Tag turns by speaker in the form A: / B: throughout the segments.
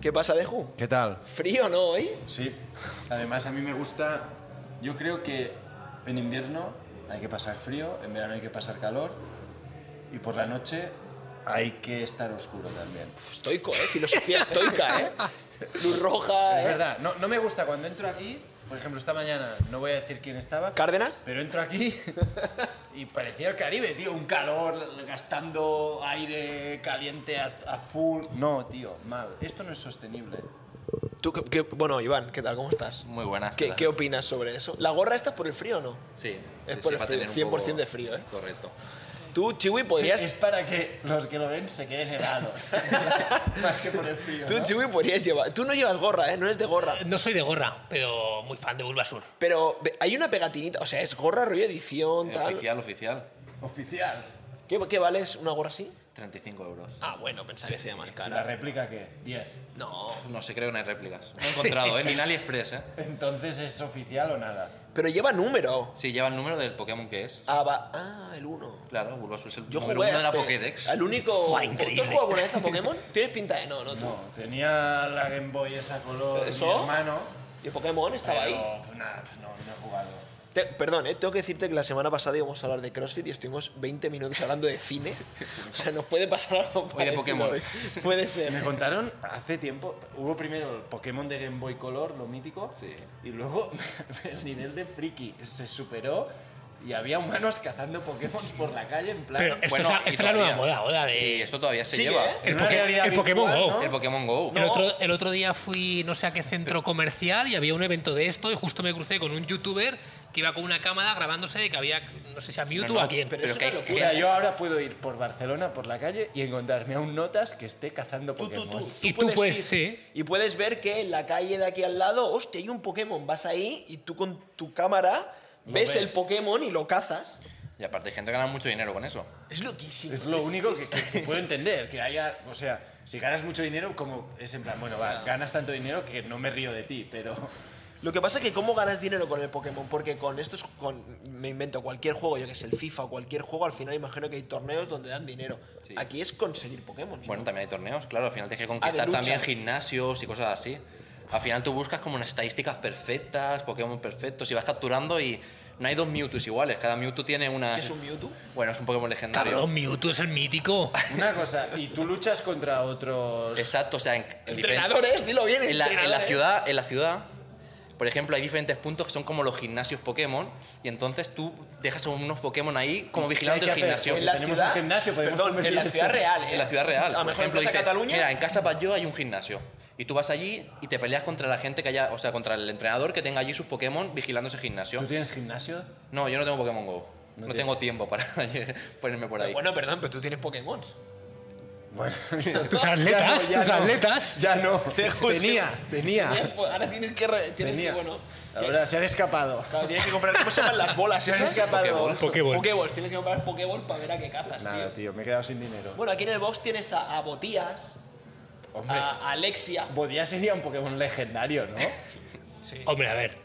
A: ¿Qué pasa, Deju?
B: ¿Qué tal?
A: ¿Frío no hoy?
C: Sí. Además, a mí me gusta. Yo creo que en invierno hay que pasar frío, en verano hay que pasar calor y por la noche hay que estar oscuro también.
A: Estoico, ¿eh? Filosofía estoica, ¿eh? Luz roja,
C: Es
A: ¿eh?
C: verdad, no, no me gusta cuando entro aquí. Por ejemplo, esta mañana no voy a decir quién estaba.
A: ¿Cárdenas?
C: Pero entro aquí y parecía el Caribe, tío. Un calor, gastando aire caliente a, a full. No, tío, mal. Esto no es sostenible.
A: Tú, qué- qué- bueno, Iván, ¿qué tal? ¿Cómo estás?
D: Muy buenas.
A: ¿Qué,
D: gracias.
A: qué opinas sobre eso? ¿La gorra esta es por el frío o no?
D: Sí.
A: Es
D: sí,
A: por
D: sí,
A: el
D: para
A: frío,
D: tener un
A: 100%
D: poco-
A: de frío, ¿eh?
D: Correcto.
A: Tú, Chiwi,
C: Es
A: podrías...
C: para que los que lo ven se queden helados. Más que por el frío.
A: Tú,
C: ¿no?
A: Chiwi, podrías llevar... Tú no llevas gorra, ¿eh? No eres de gorra.
E: No soy de gorra, pero muy fan de Bulbasur.
A: Pero ve- hay una pegatinita, o sea, es gorra, rollo edición,
D: Eh,
A: tal.
D: Oficial, oficial.
C: Oficial.
A: ¿Qué, qué vale es una gorra así?
D: 35 euros.
E: Ah, bueno, pensaba que sería más
C: ¿La
E: cara.
C: réplica qué? 10.
A: No.
D: No se creo que no hay réplicas. No he encontrado, ¿eh? Ni en AliExpress, ¿eh?
C: Entonces es oficial o nada.
A: Pero lleva número.
D: Sí, lleva el número del Pokémon que es.
A: Ah, va- ah el 1.
D: Claro, Bulbasaur es el
A: Yo
D: número
A: jugué
D: uno de
A: a
D: la
A: este,
D: Pokédex.
A: Al único.
E: Fua,
A: ¿Tú
E: increíble.
A: has jugado alguna vez a Pokémon? Tienes pinta de no, no tú.
C: No, tenía la Game Boy esa color
A: ¿Eso?
C: mi hermano.
A: Y Pokémon estaba
C: pero,
A: ahí.
C: nah, no, no he jugado.
A: Te- perdón, ¿eh? tengo que decirte que la semana pasada íbamos a hablar de CrossFit y estuvimos 20 minutos hablando de cine. o sea, nos puede pasar algo.
D: Hoy de
A: parecido
D: Pokémon.
A: hoy. Puede
C: Me
A: ser.
C: contaron hace tiempo, hubo primero el Pokémon de Game Boy Color, lo mítico,
D: Sí.
C: y luego el nivel de friki se superó y había humanos cazando Pokémon por la calle en plan...
E: Pero esto
D: Bueno,
E: es la,
D: y
E: esta es la nueva
D: todavía-
E: moda, Oda,
D: Y
E: de...
D: esto todavía se
C: Sigue,
D: lleva.
C: ¿eh?
E: El,
C: Una
E: Poké-
C: realidad
E: el Pokémon
C: virtual,
E: Go.
C: ¿no?
D: El Pokémon Go.
E: El, otro, el otro día fui no sé a qué centro comercial y había un evento de esto y justo me crucé con un youtuber que iba con una cámara grabándose que había, no sé si a Mewtwo
D: No, no,
E: o a quién.
A: pero
D: Pero
A: es
D: que
A: una
D: hay
A: locura.
C: O sea,
D: gente-
C: yo ahora puedo ir por Barcelona, por la calle, y encontrarme a un notas que esté cazando
A: Tú, tú,
C: Pokémon.
A: tú.
E: Y tú puedes,
A: ir
E: sí.
A: Y puedes ver que en la calle de aquí al lado, hostia, hay un Pokémon. Vas ahí y tú con tu cámara
C: Lo
A: ves, el
C: ves.
A: Pokémon y lo cazas.
D: Y aparte hay gente que gana mucho dinero con eso.
A: Es loquísimo.
C: Es lo único que, que puedo entender, que haya, o sea, si ganas mucho dinero, como es en plan, bueno, va, ganas tanto dinero que no me río de ti, pero
A: Lo que pasa es que cómo ganas dinero con el Pokémon, porque con estos, con, me invento cualquier juego, yo que sé, el FIFA o cualquier juego, al final imagino que hay torneos donde dan dinero.
D: Sí.
A: Aquí es conseguir Pokémon. ¿no?
D: Bueno, también hay torneos, claro. Al final tienes que conquistar
A: Ah, lucha.
D: también gimnasios y cosas así. Al final tú buscas como unas estadísticas perfectas, Pokémon perfectos, y vas capturando y no hay dos Mewtwo iguales. Cada Mewtwo tiene una...
A: ¿Qué es un Mewtwo?
D: Bueno, es un Pokémon legendario.
E: Cabrón, Mewtwo es el mítico.
C: una cosa, y tú luchas contra otros...
D: Exacto, o sea, en, en diferen-
A: Entrenadores, dilo bien.
D: en la, en la
A: entrenadores.
D: ciudad, en la ciudad, por ejemplo, hay diferentes puntos que son como los gimnasios Pokémon y entonces tú dejas a unos Pokémon ahí como vigilando
C: ¿Qué
D: el
C: hay que hacer?
D: gimnasio.
A: En la
C: Tenemos
A: ciudad-
C: un gimnasio, podemos
A: Perdón,
C: convertir
A: en la
C: esto.
A: ciudad real, ¿eh?
D: En la ciudad real.
A: A lo
D: por
A: mejor
D: ejemplo,
A: en Plaza
D: dices,
A: Cataluña.
D: mira, en Casa Batlló hay un gimnasio. Y tú vas allí y te peleas contra la gente que haya, o sea, contra el entrenador que tenga allí sus Pokémon vigilando ese
C: ¿Tú
D: gimnasio.
C: tienes gimnasio?
D: No, yo no tengo Pokémon Go.
C: No
D: No,
C: tienes.
D: tengo tiempo para ponerme por ahí.
A: Bueno, perdón, pero tú tienes Pokémon.
C: Bueno,
E: Tus atletas, tus atletas.
C: Ya no,
A: José.
C: tenía, tenía,
A: Ahora tienes que. re- Tienes que,
C: tenía.
A: bueno. que-
C: Ahora se han escapado.
A: claro, tienes que comprar. ¿Cómo se llaman las bolas?
C: Se han
A: esas?
C: escapado.
D: Pokémon.
E: Pokéball.
A: Pokéballs, tienes que comprar Pokéballs para ver a qué cazas,
C: Nada,
A: tío.
C: tío, me he quedado sin dinero.
A: Bueno, aquí en el box tienes a, a Botías,
C: Hombre,
A: a, a Alexia.
C: Bodía sería un Pokémon legendario, ¿no?
E: Hombre, a ver.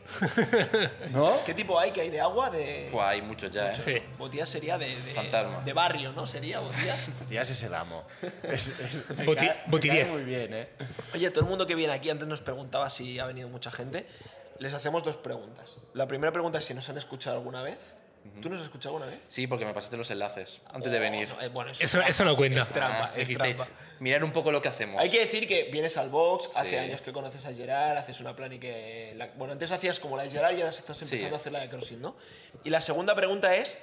C: ¿No?
A: ¿Qué tipo hay que hay de agua? De...
D: Buah, hay muchos ya, ¿eh?
E: Sí.
A: Botías sería de, de,
D: Fantasma.
A: de barrio, ¿no? Sería Botías.
C: Botías es el amo. Es, es, me
E: Boti-
C: cae- me cae
E: Botidiez.
C: muy bien, ¿eh?
A: Oye, todo el mundo que viene aquí antes nos preguntaba si ha venido mucha gente. Les hacemos dos preguntas. La primera pregunta es si nos han escuchado alguna vez. ¿Tú nos has escuchado alguna vez?
D: Sí, porque me pasaste los enlaces antes de
A: Oh,
D: venir. Ah,
A: no, eh, bueno, eso,
E: Eso,
A: es
E: eso no cuenta.
A: trampa, es
D: dijiste,
A: trampa.
D: Mirar un poco lo que hacemos.
A: Hay que decir que vienes al box,
D: Sí.
A: hace años que conoces a Gerard, haces una plan y que... la- bueno, antes hacías como la de Gerard y ahora estás empezando
D: Sí.
A: a hacer la de CrossFit, ¿no? Y la segunda pregunta es,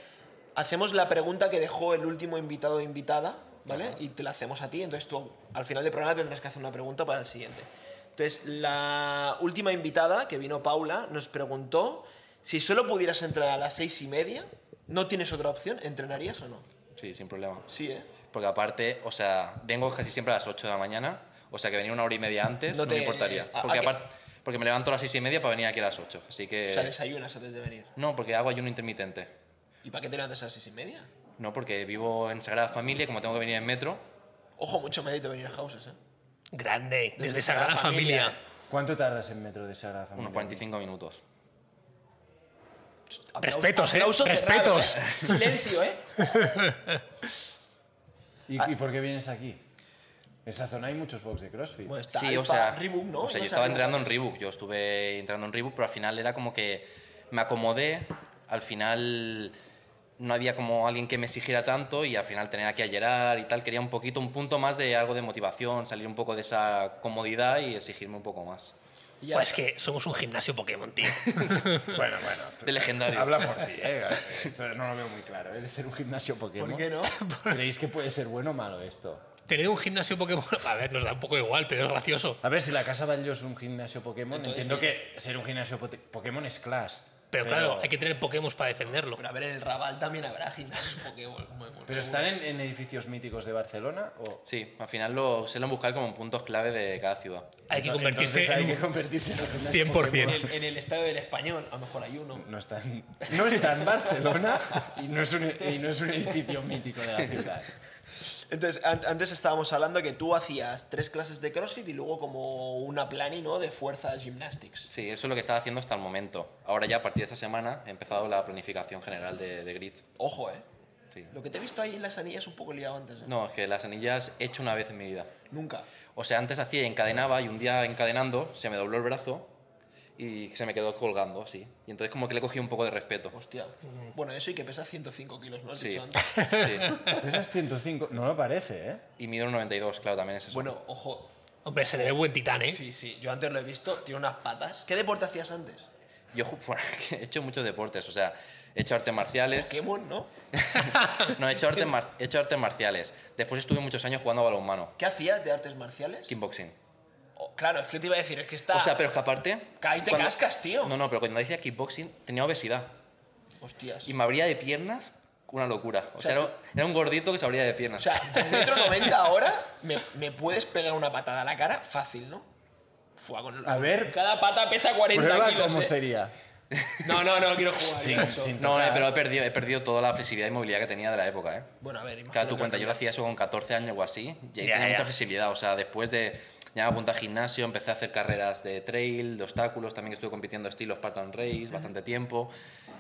A: hacemos la pregunta que dejó el último invitado o invitada, ¿vale? Y te la hacemos a ti, entonces tú al final del programa tendrás que hacer una pregunta para el siguiente. Entonces, la última invitada, que vino Paula, nos preguntó si solo pudieras entrar a las seis y media, ¿no tienes otra opción? ¿Entrenarías o no?
D: Sí, sin problema.
A: Sí, ¿eh?
D: Porque aparte, o sea, vengo casi siempre a las 8 de la mañana, o sea que venir una hora y media antes
A: No
D: no,
A: te-
D: me importaría.
A: ¿a-
D: Porque,
A: a qué?
D: aparte, porque me levanto a las 6 y media para venir aquí a las 8. Así que...
A: O sea, desayunas antes de venir.
D: no, porque hago ayuno intermitente.
A: ¿Y para qué te levantas a las seis y media?
D: No, porque vivo en Sagrada Familia, como tengo que venir en metro,
A: Ah, Ojo, mucho mérito venir a houses, ¿eh?
E: Grande. Desde Sagrada Familia.
C: ¿Cuánto tardas en metro de Sagrada Familia?
D: unos 45 minutos.
E: Respetos, ¿eh?
A: Aplauso cerrado,
E: Respetos.
A: ¿eh? Silencio, ¿eh?
C: ¿Y, y por qué vienes aquí? En esa zona hay muchos box de CrossFit.
E: Pues,
A: Bueno, está
D: Sí, o
A: Alpha,
D: sea,
A: Reebok, ¿no?
D: o
A: No
D: sea, yo
A: sé,
D: estaba
A: Reebok
D: entrenando en
A: es.
D: Reebok, yo estuve entrando en Reebok, pero al final era como que me acomodé, al final no había como alguien que me exigiera tanto y al final tener aquí a Gerard y tal, quería un poquito, un punto más de algo de motivación, salir un poco de esa comodidad y exigirme un poco más.
A: Y
E: Pues
A: ahora-
E: es que somos un gimnasio Pokémon, tío.
C: Bueno, bueno.
D: De legendario.
C: Habla por ti, ¿eh? Esto no lo veo muy claro, ¿eh? De ser un gimnasio Pokémon.
A: ¿Por qué no?
C: ¿Creéis que puede ser bueno o malo esto?
E: Tener un gimnasio Pokémon, a ver, nos da un poco igual, pero es gracioso.
C: A ver, si la Casa Batlló es un gimnasio Pokémon, entiendo que ser un gimnasio pote- Pokémon es Clash.
E: Pero, claro, hay que tener Pokémon para defenderlo.
A: Pero a ver, en el Raval también habrá gimnasios Pokémon. muy bueno, seguro.
C: ¿Pero están en, en edificios míticos de Barcelona o...?
D: Sí, al final lo suelen buscar como en puntos clave de cada ciudad.
E: Hay que
C: Entonces
E: convertirse
C: hay
E: en
C: que
E: un-
C: convertirse en un gimnasio
E: 100%.
A: En el, en el estadio del español, a lo mejor hay uno.
C: Pokémon. No está, en, no está en Barcelona y no, es un, y no es un edificio mítico de la ciudad.
A: Entonces, an- antes estábamos hablando que tú hacías tres clases de CrossFit y luego como una plani, ¿no? De fuerzas gymnastics.
D: Sí, eso es lo que estaba haciendo hasta el momento. Ahora ya a partir de esta semana he empezado la planificación general de, de Grid.
A: Ojo, ¿eh?
D: Sí.
A: Lo que te he visto ahí en las anillas un poco liado antes. ¿eh?
D: No, es que las anillas he hecho una vez en mi vida.
A: Nunca.
D: O sea, antes hacía y encadenaba y un día encadenando se me dobló el brazo y se me quedó colgando así. Y entonces como que le cogí un poco de respeto.
A: Hostia. Bueno, eso y que pesa 105 kilos, ¿no? Has
D: Sí.
A: dicho antes.
D: sí.
C: Pesas 105, no lo parece, ¿eh?
D: Y mido un 92, claro, también es eso.
A: Bueno, ojo.
E: Hombre, se le ve buen titán, ¿eh?
A: Sí, sí. Yo antes lo he visto. Tiene unas patas. ¿Qué deporte hacías antes?
D: Yo ju- bueno, he hecho muchos deportes, o sea, he hecho artes marciales.
A: Pokémon, ¿no?
D: No, he hecho artes, mar- he hecho artes marciales. Después estuve muchos años jugando a balonmano,
A: ¿Qué hacías de artes marciales?
D: kickboxing.
A: Oh, claro, es que te iba a decir, es que está...
D: O sea, pero es que aparte...
A: Ahí te
D: cuando-
A: cascas, tío.
D: No, no, pero cuando decía kickboxing tenía obesidad.
A: Hostias.
D: Y me abría de piernas una locura. O sea, era, era un gordito que se abría de
A: O
D: piernas.
A: sea, un metro noventa ahora, me, me puedes pegar una patada a la cara fácil, ¿no? Fua, con-
C: A ver.
A: Cada pata pesa 40
C: Prueba
A: kilos,
C: cómo
A: eh.
C: sería.
A: No, no, no quiero jugar. yo a
C: Sin,
A: eso.
C: sin
D: no, eh,
C: tocar.
D: pero he perdido, he perdido toda la flexibilidad y movilidad que tenía de la época, ¿eh?
A: Bueno, a ver, imagino
D: Claro, tú
A: que-
D: cuenta, yo lo hacía eso con 14 años o así, y ahí
E: Ya,
D: tenía
E: ya.
D: mucha flexibilidad. O sea, después de. Ya me apunté al gimnasio, empecé a hacer carreras de trail, de obstáculos, también estuve compitiendo estilo Spartan Race bastante tiempo,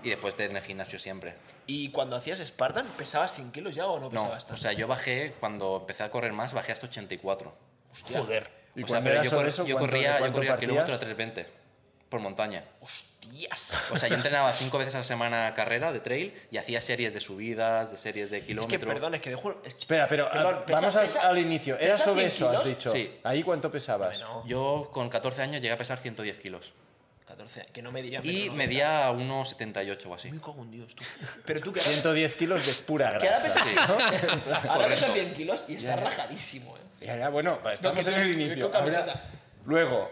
D: y después de en el gimnasio siempre.
A: Y cuando hacías Spartan, ¿pesabas 100 kilos ya o no
D: No,
A: pesabas tanto?
D: o sea, yo bajé, cuando empecé a correr más, bajé hasta 84.
E: Joder.
C: ¿Y
D: o sea,
C: cuando
D: pero
C: eras
D: yo, cor-
C: obeso,
D: yo
C: cuánto-
D: corría, yo
C: cuánto
D: corría al
C: partías?
D: kilómetro a 320 por montaña.
A: ¡Hostias!
D: O sea, yo entrenaba cinco veces a la semana carrera de trail y hacía series de subidas, de series de
A: Es
D: kilómetros.
A: que, perdón, es que dejo... es-
C: Espera, pero
A: Perdón,
C: a-
A: ¿pesas-
C: vamos al,
A: pesa-
C: al inicio. Eras
A: pesas 100
C: obeso, has
A: kilos?
C: dicho.
D: Sí.
C: ¿Ahí cuánto pesabas?
A: Bueno,
D: Yo con 14 años llegué a pesar 110 kilos
A: 14, que no me diría...
D: y medía unos 78 o así.
A: Me cago en Dios, tú. Pero tú, que ahora-
C: 110 kilos de pura
A: que ahora
C: grasa.
A: pesas, ahora pesas
D: Correcto.
A: 100 kilos y estás rajadísimo, ¿eh?
C: Ya, ya, bueno, va, estamos
A: que
C: en el
A: te- me
C: inicio.
A: toca
C: Ahora,
A: peseta.
C: luego,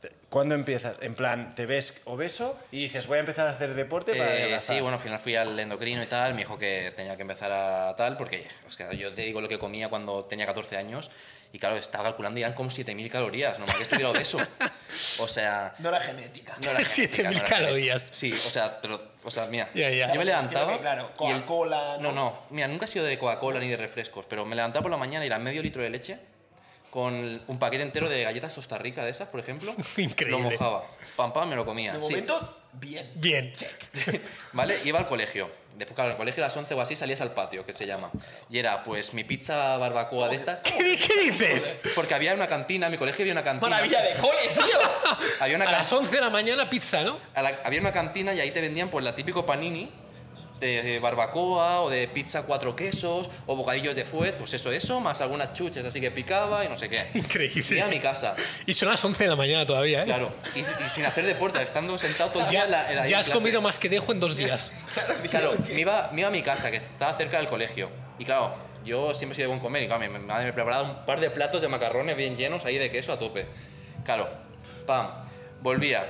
C: te- ¿cuándo empiezas? En plan, te ves obeso y dices, voy a empezar a hacer deporte para
D: Eh,
C: adelgazar.
D: sí, bueno, al final fui al endocrino y tal, me dijo que tenía que empezar a tal, porque o sea, yo te digo lo que comía cuando tenía 14 años, y claro, estaba calculando y eran como 7.000 calorías, nomás que estuviera obeso. O sea...
A: No era genética.
D: no era
E: 7.000
D: genética, no era genética.
E: calorías.
D: Sí, o sea, te lo- o sea mira,
E: Ya, ya.
D: yo
A: Claro,
D: me levantaba...
A: imagino que, claro,
D: y el-
A: Coca-Cola, ¿no?
D: No, no, mira, nunca he sido de Coca-Cola ni de refrescos, pero me levantaba por la mañana y era medio litro de leche con un paquete entero de galletas Costa Rica de esas, por ejemplo.
E: Increíble.
D: Lo mojaba. Pam, pam, me lo comía.
A: De
D: sí.
A: momento, bien.
E: Bien.
D: ¿Vale? Iba al colegio. Después, claro, al colegio a las 11 o así salías al patio, que se llama. Y era, pues, mi pizza barbacoa de estas.
E: ¿Qué, di- qué dices?
D: Porque había una cantina, en mi colegio había una cantina.
A: Maravilla de cole, tío.
D: Había una,
E: A
D: can-
E: las 11 de la mañana pizza, ¿no?
D: a la- había una cantina y ahí te vendían, pues, la típico panini de, de barbacoa o de pizza cuatro quesos o bocadillos de fuet, pues eso, eso, más algunas chuches así que picaba y no sé qué.
E: Increíble.
D: Fui a mi casa,
E: Y son las 11 de la mañana todavía, ¿eh?
D: claro, y, y sin hacer deporte, estando sentado todo el día
E: Ya,
D: en la- en la-
E: ya
D: en
E: has
D: clase.
E: comido más que dejo en dos días.
D: Claro, me iba, me iba a mi casa, que estaba cerca del colegio. Y claro, yo siempre he sido de buen comer. Y claro, mi mi madre me preparaba un par de platos de macarrones bien llenos ahí de queso a tope. Claro, pam, volvía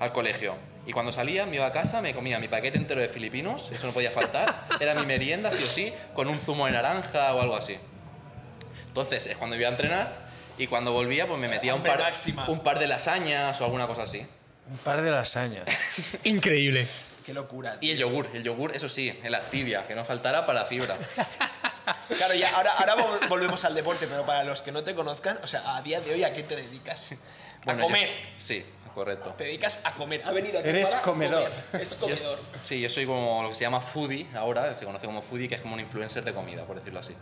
D: al colegio. Y cuando salía, me iba a casa, me comía mi paquete entero de filipinos, eso no podía faltar. Era mi merienda, sí o sí, con un zumo de naranja o algo así. Entonces, es cuando iba a entrenar. Y cuando volvía, pues me metía un
A: Hambre
D: par,
A: máxima.
D: un par de lasañas o alguna cosa así.
C: Un par de lasañas.
E: Increíble.
A: Qué locura, tío.
D: Y el yogur, el yogur, eso sí, el activia, que no faltara para fibra.
A: Claro, ya, ahora, ahora vol- volvemos al deporte, pero para los que no te conozcan, o sea, a día de hoy, ¿a qué te dedicas?
D: Bueno,
A: a
D: yo-
A: comer.
D: sí, correcto.
A: Te dedicas a comer. Ha venido aquí
C: Eres
A: para
C: comedor.
A: comer. Es
D: Yo-
A: comedor.
D: sí, yo soy como lo que se llama foodie ahora, se conoce como foodie, que es como un influencer de comida, por decirlo así.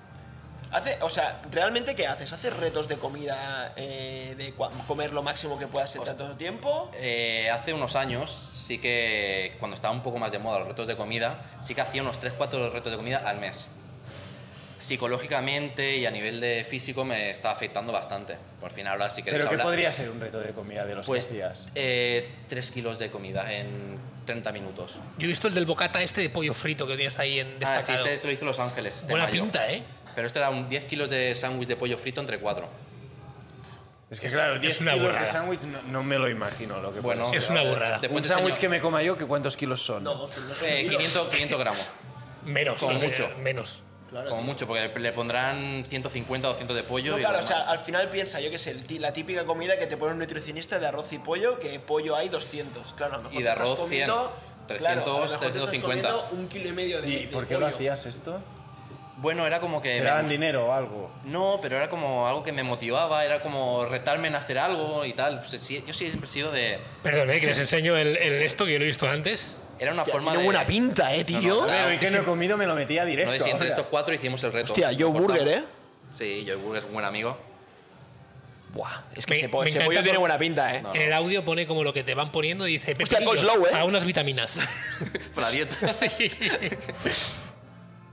A: Hace, o sea, ¿realmente qué haces? ¿Haces retos de comida, eh, de cua- comer lo máximo que puedas en tanto tiempo?
D: Eh, hace unos años, sí que cuando estaba un poco más de moda los retos de comida, sí que hacía unos 3-4 retos de comida al mes. Psicológicamente y a nivel de físico me está afectando bastante. Por fin ahora sí que
C: Pero ¿qué podría ser un reto de comida de los
D: Pues
C: que hacías?
D: 3 kilos de comida en 30 minutos.
E: Yo he visto el del bocata este de pollo frito que tienes ahí en
D: Ah,
E: destacado.
D: sí, este, este lo hizo Los Ángeles. este
E: Buena
D: mayo.
E: pinta, ¿eh?
D: Pero esto era un 10 kilos de sándwich de pollo frito entre 4.
C: Es que claro, 10
E: una
C: kilos de
E: burrada.
C: sándwich no, no me lo imagino lo que
D: Bueno, eh,
C: puede ser.
E: Es una burrada.
D: Después
C: Un
D: te
C: sándwich que
D: enseño-
C: me coma yo, que ¿cuántos kilos son?
A: No, si no son
D: eh,
A: kilos.
D: 500, 500 gramos.
E: Menos.
D: Como
E: eh,
D: mucho.
E: Menos.
A: Claro,
D: Como
A: tío.
D: mucho, porque le pondrán 150 o 200 de pollo.
A: No,
D: y
A: claro,
D: lo
A: o sea,
D: demás.
A: al final piensa, yo qué sé, el ti- la típica comida que te pone un nutricionista de arroz y pollo, que pollo hay 200. Claro, a lo mejor
D: Y de
A: te estás
D: arroz,
A: comiendo-
D: 100,
A: claro, a lo
D: 300,
A: mejor te estás
D: 350.
A: comiendo un kilo y medio de
C: ¿Y
A: de
C: por qué lo
A: pollo.
C: hacías esto?
D: Bueno, era como que...
C: ¿Te
D: Eh, me
C: daban
D: gust-
C: dinero o algo?
D: No, pero era como algo que me motivaba, era como retarme en hacer algo y tal. O sea, sí, yo sí, siempre he sido de...
E: Perdón, ¿eh? Que les enseño el, el esto que yo lo he visto antes.
D: Era una
A: Hostia,
D: forma
A: tiene
D: de...
A: buena pinta, eh, tío.
D: No, no, claro.
C: Pero ¿y que no he comido? Me lo metía
D: No
C: directo.
D: sé si entre
C: ahora.
D: estos cuatro hicimos el reto.
A: Hostia, Joe
D: Nos cortamos.
A: Burger, ¿eh?
D: Sí, Joe Burger es un buen amigo.
A: Buah, es
E: Me-
A: que ese, po-
E: me
A: ese
E: encanta
A: pollo tiene
E: por-
A: buena pinta, eh.
D: No.
E: En el audio pone como lo que te van poniendo y dice:
A: Hostia,
E: pepinillos
A: Cold Slow, ¿eh?
E: Para unas vitaminas.
D: Para la dieta.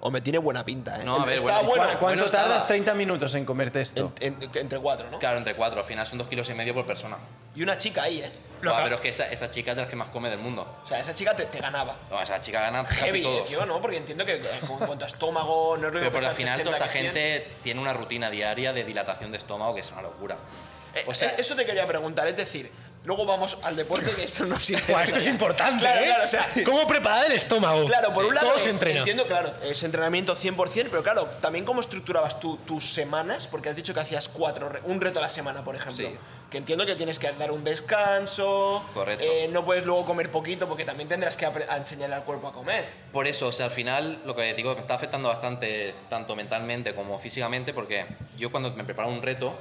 A: Hombre, tiene buena pinta, eh.
D: No, a ver,
A: Está
D: bueno,
C: ¿Cu-
A: bueno.
D: igual-
C: ¿Cuánto
D: bueno, estaba.
C: tardas 30 minutos en comerte esto?
A: En- en- entre cuatro, ¿no?
D: Claro, entre cuatro. Al final son dos kilos y medio por persona.
A: Y una chica ahí, eh.
E: Lo
D: Buah,
E: acab-
D: pero es que esa, esa chica es de las que más come del mundo.
A: O sea, esa chica te, te ganaba.
D: O sea, la chica gana casi
A: Heavy, eh,
D: todo.
A: tío, ¿no? Porque entiendo que eh, como en cuanto a estómago, no es lo mismo
D: Pero por
A: pesar
D: al final toda
A: 60
D: esta
A: que 100.
D: gente tiene una rutina diaria de dilatación de estómago que es una locura.
A: Eh,
D: O sea,
A: eh, eso te quería preguntar, es decir, luego vamos al deporte que esto nos interesa.
E: Buah, esto es importante.
A: Claro,
E: ¿eh?
A: claro, o sea,
E: ¿Cómo preparar el estómago?
A: Claro, por
E: Sí.
A: un lado
E: Todo
A: es,
E: se entrena.
A: entiendo, claro, es entrenamiento 100%, pero claro, también cómo estructurabas tú tus semanas, porque has dicho que hacías cuatro, re- un reto a la semana, por ejemplo.
D: Sí.
A: Que entiendo que tienes que dar un descanso,
D: Correcto.
A: eh, no puedes luego comer poquito porque también tendrás que apre- a enseñarle al cuerpo a comer.
D: Por eso, o sea, al final lo que digo me está afectando bastante, tanto mentalmente como físicamente, porque yo cuando me preparo un reto,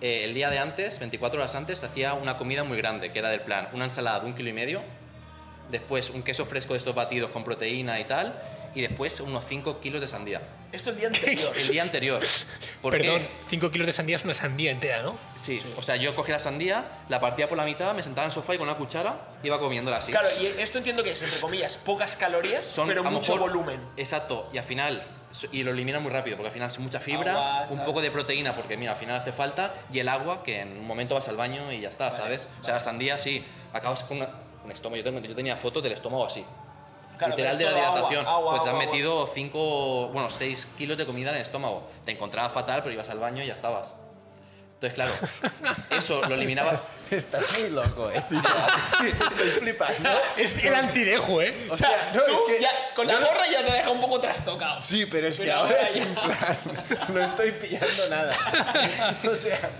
D: eh, el día de antes, 24 horas antes, hacía una comida muy grande, que era del plan, una ensalada de un kilo y medio, después un queso fresco de estos batidos con proteína y tal, y después unos 5 kilos de sandía.
A: Esto el día anterior.
D: El día anterior. ¿Por qué?
E: Perdón, 5 kilos de sandía es una sandía entera, ¿no?
D: Sí, o sea, yo cogía la sandía, la partía por la mitad, me sentaba en el sofá y con una cuchara iba comiéndola así.
A: Claro, y esto entiendo que es, entre comillas, pocas calorías,
D: son
A: pero
D: a lo
A: mucho
D: mejor-
A: volumen.
D: Exacto, y al final, so- y lo elimina muy rápido, porque al final es mucha fibra,
A: Agua,
D: un
A: tal.
D: poco de proteína, porque mira, al final hace falta, y el agua, que en un momento vas al baño y ya está, ¿sabes? O sea, la sandía sí, acabas con una- un estómago, yo, tengo- yo tenía fotos del estómago así.
A: Claro,
D: literal de
A: pero
D: la
A: es todo agua,
D: dilatación.
A: agua,
D: pues te
A: agua,
D: has
A: agua.
D: metido 5, bueno, 6 kilos de comida en el estómago. Te encontrabas fatal, pero ibas al baño y ya estabas. Entonces, claro, eso lo eliminabas.
C: Estás muy loco, eh. tío.
A: Estoy flipas, ¿no?
E: Es el antidejo, ¿eh?
C: O sea, no,
A: Tú
C: es que...
A: ya, con la gorra ya te deja un poco trastocado.
C: Sí, pero es que
A: Pero
C: ahora
A: ahora
C: es
A: ya.
C: en plan. No estoy pillando nada. O sea,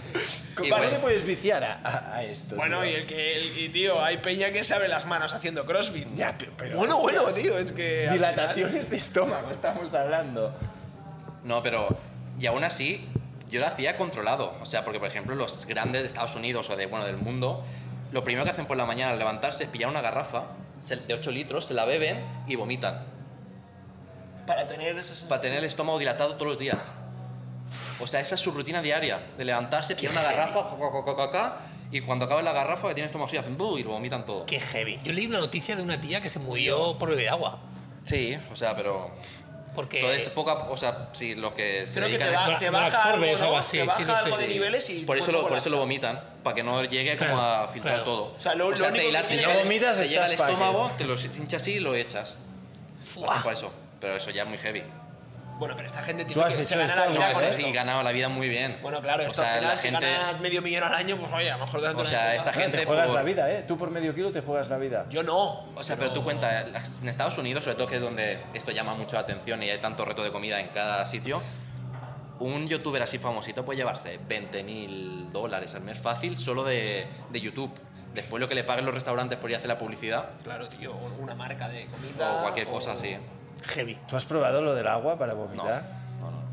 C: ¿con
D: Y
C: cuál
D: bueno.
C: te puedes viciar a, a- a esto?
B: Bueno,
C: tío?
B: y el que. el- y tío, hay peña que sabe las manos haciendo crossfit.
C: Ya, pe- pero.
B: Bueno, bueno, tío, es que. al
C: Dilataciones de estómago, estamos hablando. Ah,
D: No, pero. Y aún así, yo lo hacía controlado. O sea, porque por ejemplo, los grandes de Estados Unidos o de, bueno, del mundo, lo primero que hacen por la mañana al levantarse es pillar una garrafa se- de 8 litros, se la beben y vomitan.
A: Para tener esas
D: Para tener el estómago dilatado todos los días. O sea, esa es su rutina diaria. De levantarse, pillar una garrafa, co- co- co- co- co- co, y cuando acaba la garrafa, que tiene el estómago así, hacen "Bu", y lo vomitan todo.
E: Qué heavy. Yo leí una noticia de una tía que se murió por beber agua.
D: Sí, o sea, pero.
E: Porque.
D: Entonces, poca. O sea, sí, los que se
A: Creo que
D: dedican
A: te,
D: a-
A: ba-
E: No-
A: te
E: no
A: baja
E: absorbes
A: algo,
E: o algo
A: ¿no?
E: así,
A: te
E: sí,
A: baja
E: no sé,
A: algo de
E: sí.
A: niveles y... pues,
D: Por
A: tu
D: eso, lo,
A: cuerpo
D: por eso lo
A: colapsa.
D: vomitan, para que no llegue como
E: Claro,
D: a filtrar
E: claro.
D: todo.
A: O sea, lo- lo
D: te,
A: único que
D: dila- te
A: tiene
D: llega,
A: que-
D: el-
C: Si vomitas,
D: te llega el
C: estás
D: estómago, te lo hinchas así y lo echas. Lo hacen
E: Fuah.
D: Por eso. Pero eso ya es muy heavy.
A: Bueno, pero esta gente
C: ¿Tú
A: tiene
C: has
A: que
C: hecho
A: se gana
C: esto
A: la
C: alguna
A: vida
C: Mira,
D: No,
A: con
D: eso
A: esto.
D: sí, ganaba la vida muy bien.
A: Bueno, claro,
D: o
A: esto
D: sea,
A: al final,
D: la
A: si
D: gente,
A: ganas medio millón al año, pues oye, a lo mejor de
D: O sea, esta gente.
C: te juegas
D: por-
C: la vida, eh. Tú por medio kilo te juegas la vida.
A: Yo no.
D: O sea, pero tú cuenta, las- en Estados Unidos, sobre todo que es donde esto llama mucho la atención y hay tanto reto de comida en cada sitio, un youtuber así famosito puede llevarse 20 mil dólares al mes fácil solo de, de YouTube. Después lo que le paguen los restaurantes por ir a hacer la publicidad
A: Claro, tío, una marca de comida...
D: o cualquier cosa así.
E: Heavy.
C: ¿Tú has probado lo del agua para vomitar?
D: No, no, no.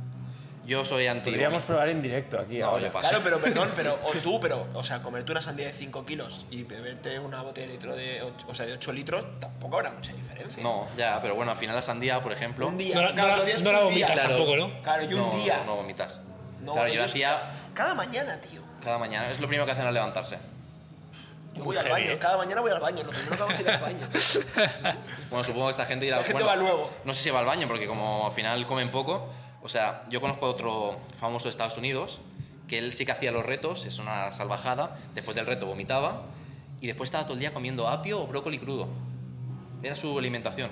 D: Yo soy anti.
C: Podríamos probar en directo aquí
D: No,
C: ahora.
D: yo paso.
A: Claro, pero perdón, pero o tú, pero, o sea, comerte una sandía de 5 kilos y beberte una botella de litro de, ocho- o sea, de 8 litros, tampoco habrá mucha diferencia.
D: No, ya, pero bueno, al final la sandía, por ejemplo.
A: Un día,
E: No la-
A: claro,
E: no la-
A: lo días
E: no la
A: un día.
E: vomitas
A: Claro,
E: tampoco, ¿no?
A: Claro, y un
D: no,
A: día.
D: No, vomitas.
A: No,
D: claro, yo la
A: ellos-
D: hacía
A: Cada mañana, tío.
D: cada mañana. Es lo primero que hacen al levantarse.
A: Yo
E: Muy
A: voy al
E: heavy,
A: baño,
E: ¿eh?
A: cada mañana voy al baño. Lo primero que hago es ir al baño.
D: Bueno, supongo que esta gente irá
A: Esta gente
D: bueno,
A: va luego.
D: No sé si va al baño, porque como al final comen poco. O sea, yo conozco otro famoso de Estados Unidos que él sí que hacía los retos, es una salvajada. Después del reto vomitaba y después estaba todo el día comiendo apio o brócoli crudo. Era su alimentación.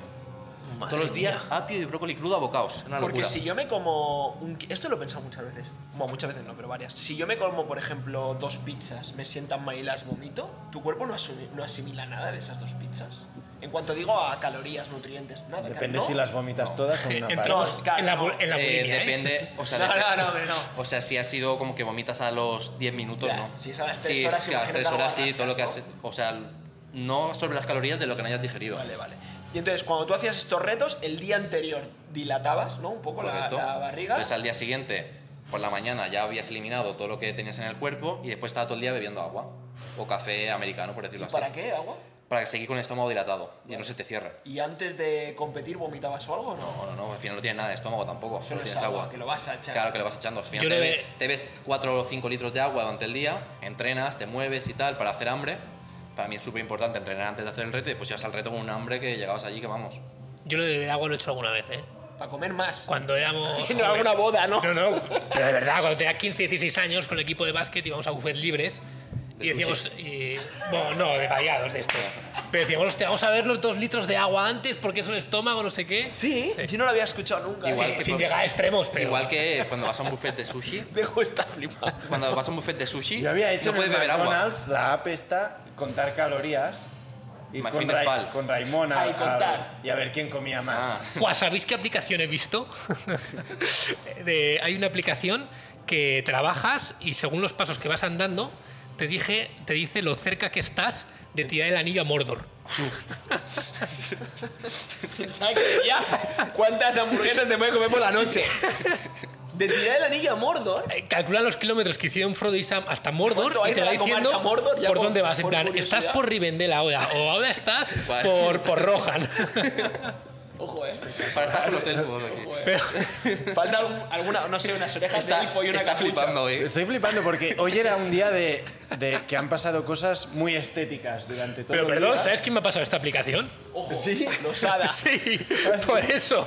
D: Todos los días apio y brócoli crudo a bocaos. Era Una
A: Porque
D: locura.
A: si yo me como. un ki- Esto lo he pensado muchas veces. Bueno, muchas veces no, pero varias. Si yo me como, por ejemplo, dos pizzas, me sientan mal y las vomito, tu cuerpo no, asumi- no asimila nada de esas dos pizzas. En cuanto digo a calorías, nutrientes, nada.
C: Depende
A: ¿no?
C: si las vomitas todas o una
E: Entre
C: parte.
A: dos.
E: en,
A: claro,
E: la,
A: no.
E: bu- en la
D: Eh,
E: bulimia, ¿eh?
D: depende, o sea,
A: No,
D: depende-
A: no, no, hombre, no.
D: O sea, si ha sido como que vomitas a los 10 minutos,
A: Ya,
D: ¿no?
A: si es a las tres horas,
D: Sí, a las
A: imagínate
D: 3
A: algo
D: horas sí,
A: atascas,
D: todo lo que has...
A: ¿no?
D: O sea, no sobre las calorías de lo que no hayas digerido.
A: Vale, vale. Y entonces, cuando tú hacías estos retos, el día anterior dilatabas, ¿no? Un poco la,
D: Correcto.
A: la barriga.
D: Entonces al día siguiente, por la mañana, ya habías eliminado todo lo que tenías en el cuerpo y después estaba todo el día bebiendo agua o café americano, por decirlo así.
A: ¿Para qué? ¿Agua?
D: Para seguir con el estómago dilatado y no se te cierre.
A: ¿Y antes de competir vomitabas o algo o no?
D: No, no, no, al final no tienes nada de estómago tampoco, solo,
A: es
D: tienes agua.
A: Que lo vas a echar.
D: Claro que lo vas echando. Al final
E: Yo
D: te,
E: lo
D: be-
E: de-
D: te ves 4 o 5 litros de agua durante el día, entrenas, te mueves y tal para hacer hambre. Para mí es súper importante entrenar antes de hacer el reto y después ibas al reto con un hambre que llegabas allí que vamos.
E: Yo lo de beber agua lo he hecho alguna vez, ¿eh?
A: Para comer más.
E: Cuando éramos.
A: En alguna boda, ¿no?
E: No, no. Pero de verdad, cuando tenía 15, 16 años con el equipo de básquet íbamos a buffet libres y decíamos. y- bueno, no, de variados de esto. Pero decíamos, hostia, vamos a ver los dos litros de agua antes porque es un estómago, no sé qué.
A: Sí, yo no lo había escuchado nunca.
D: Igual
E: Sí,
D: que
E: sin
D: por-
E: llegar a extremos, pero.
D: Igual que cuando vas a un buffet de sushi,
A: Dejo esta flipada.
D: cuando vas a un buffet de sushi,
C: Yo había hecho
D: no puedes
C: en el
D: beber agua.
C: McDonald's la app esta, contar calorías. Y
D: My
C: con,
D: Fitness
C: Ra-
D: Pal.
C: con Raimón a-
A: Ah, y contar.
C: a- y a ver quién comía más.
D: Ah,
E: Buah, ¿sabéis qué aplicación he visto? De- hay una aplicación que trabajas y según los pasos que vas andando, te, dije, te dice lo cerca que estás de tirar el anillo a Mordor.
A: Pensaba que ya cuántas hamburguesas te puede comer por la noche. De tirar el anillo a Mordor.
E: Eh, Calcula los kilómetros que hicieron Frodo y Sam hasta Mordor
A: ¿Cuánto hay
E: y te
A: de
E: va
A: la comarca
E: diciendo
A: Mordor? Ya
E: por
A: por-
E: dónde vas. En
A: por
E: plan,
A: curiosidad.
E: estás por Rivendell ahora o ahora estás
D: Vale.
E: por, por Rohan.
A: Ojo, eh.
D: para estar con los elfos aquí.
E: Pero-
A: Falta algún- alguna, no sé, unas orejas de
D: Está,
A: elfo y una
D: está
A: capucha.
D: flipando, eh.
C: Estoy flipando porque hoy era un día de, de que han pasado cosas muy estéticas durante todo
E: pero
C: el
E: perdón,
C: día.
E: ¿sabes quién me ha pasado esta aplicación?
A: Ojo,
C: Sí.
A: losada.
E: Sí, por eso.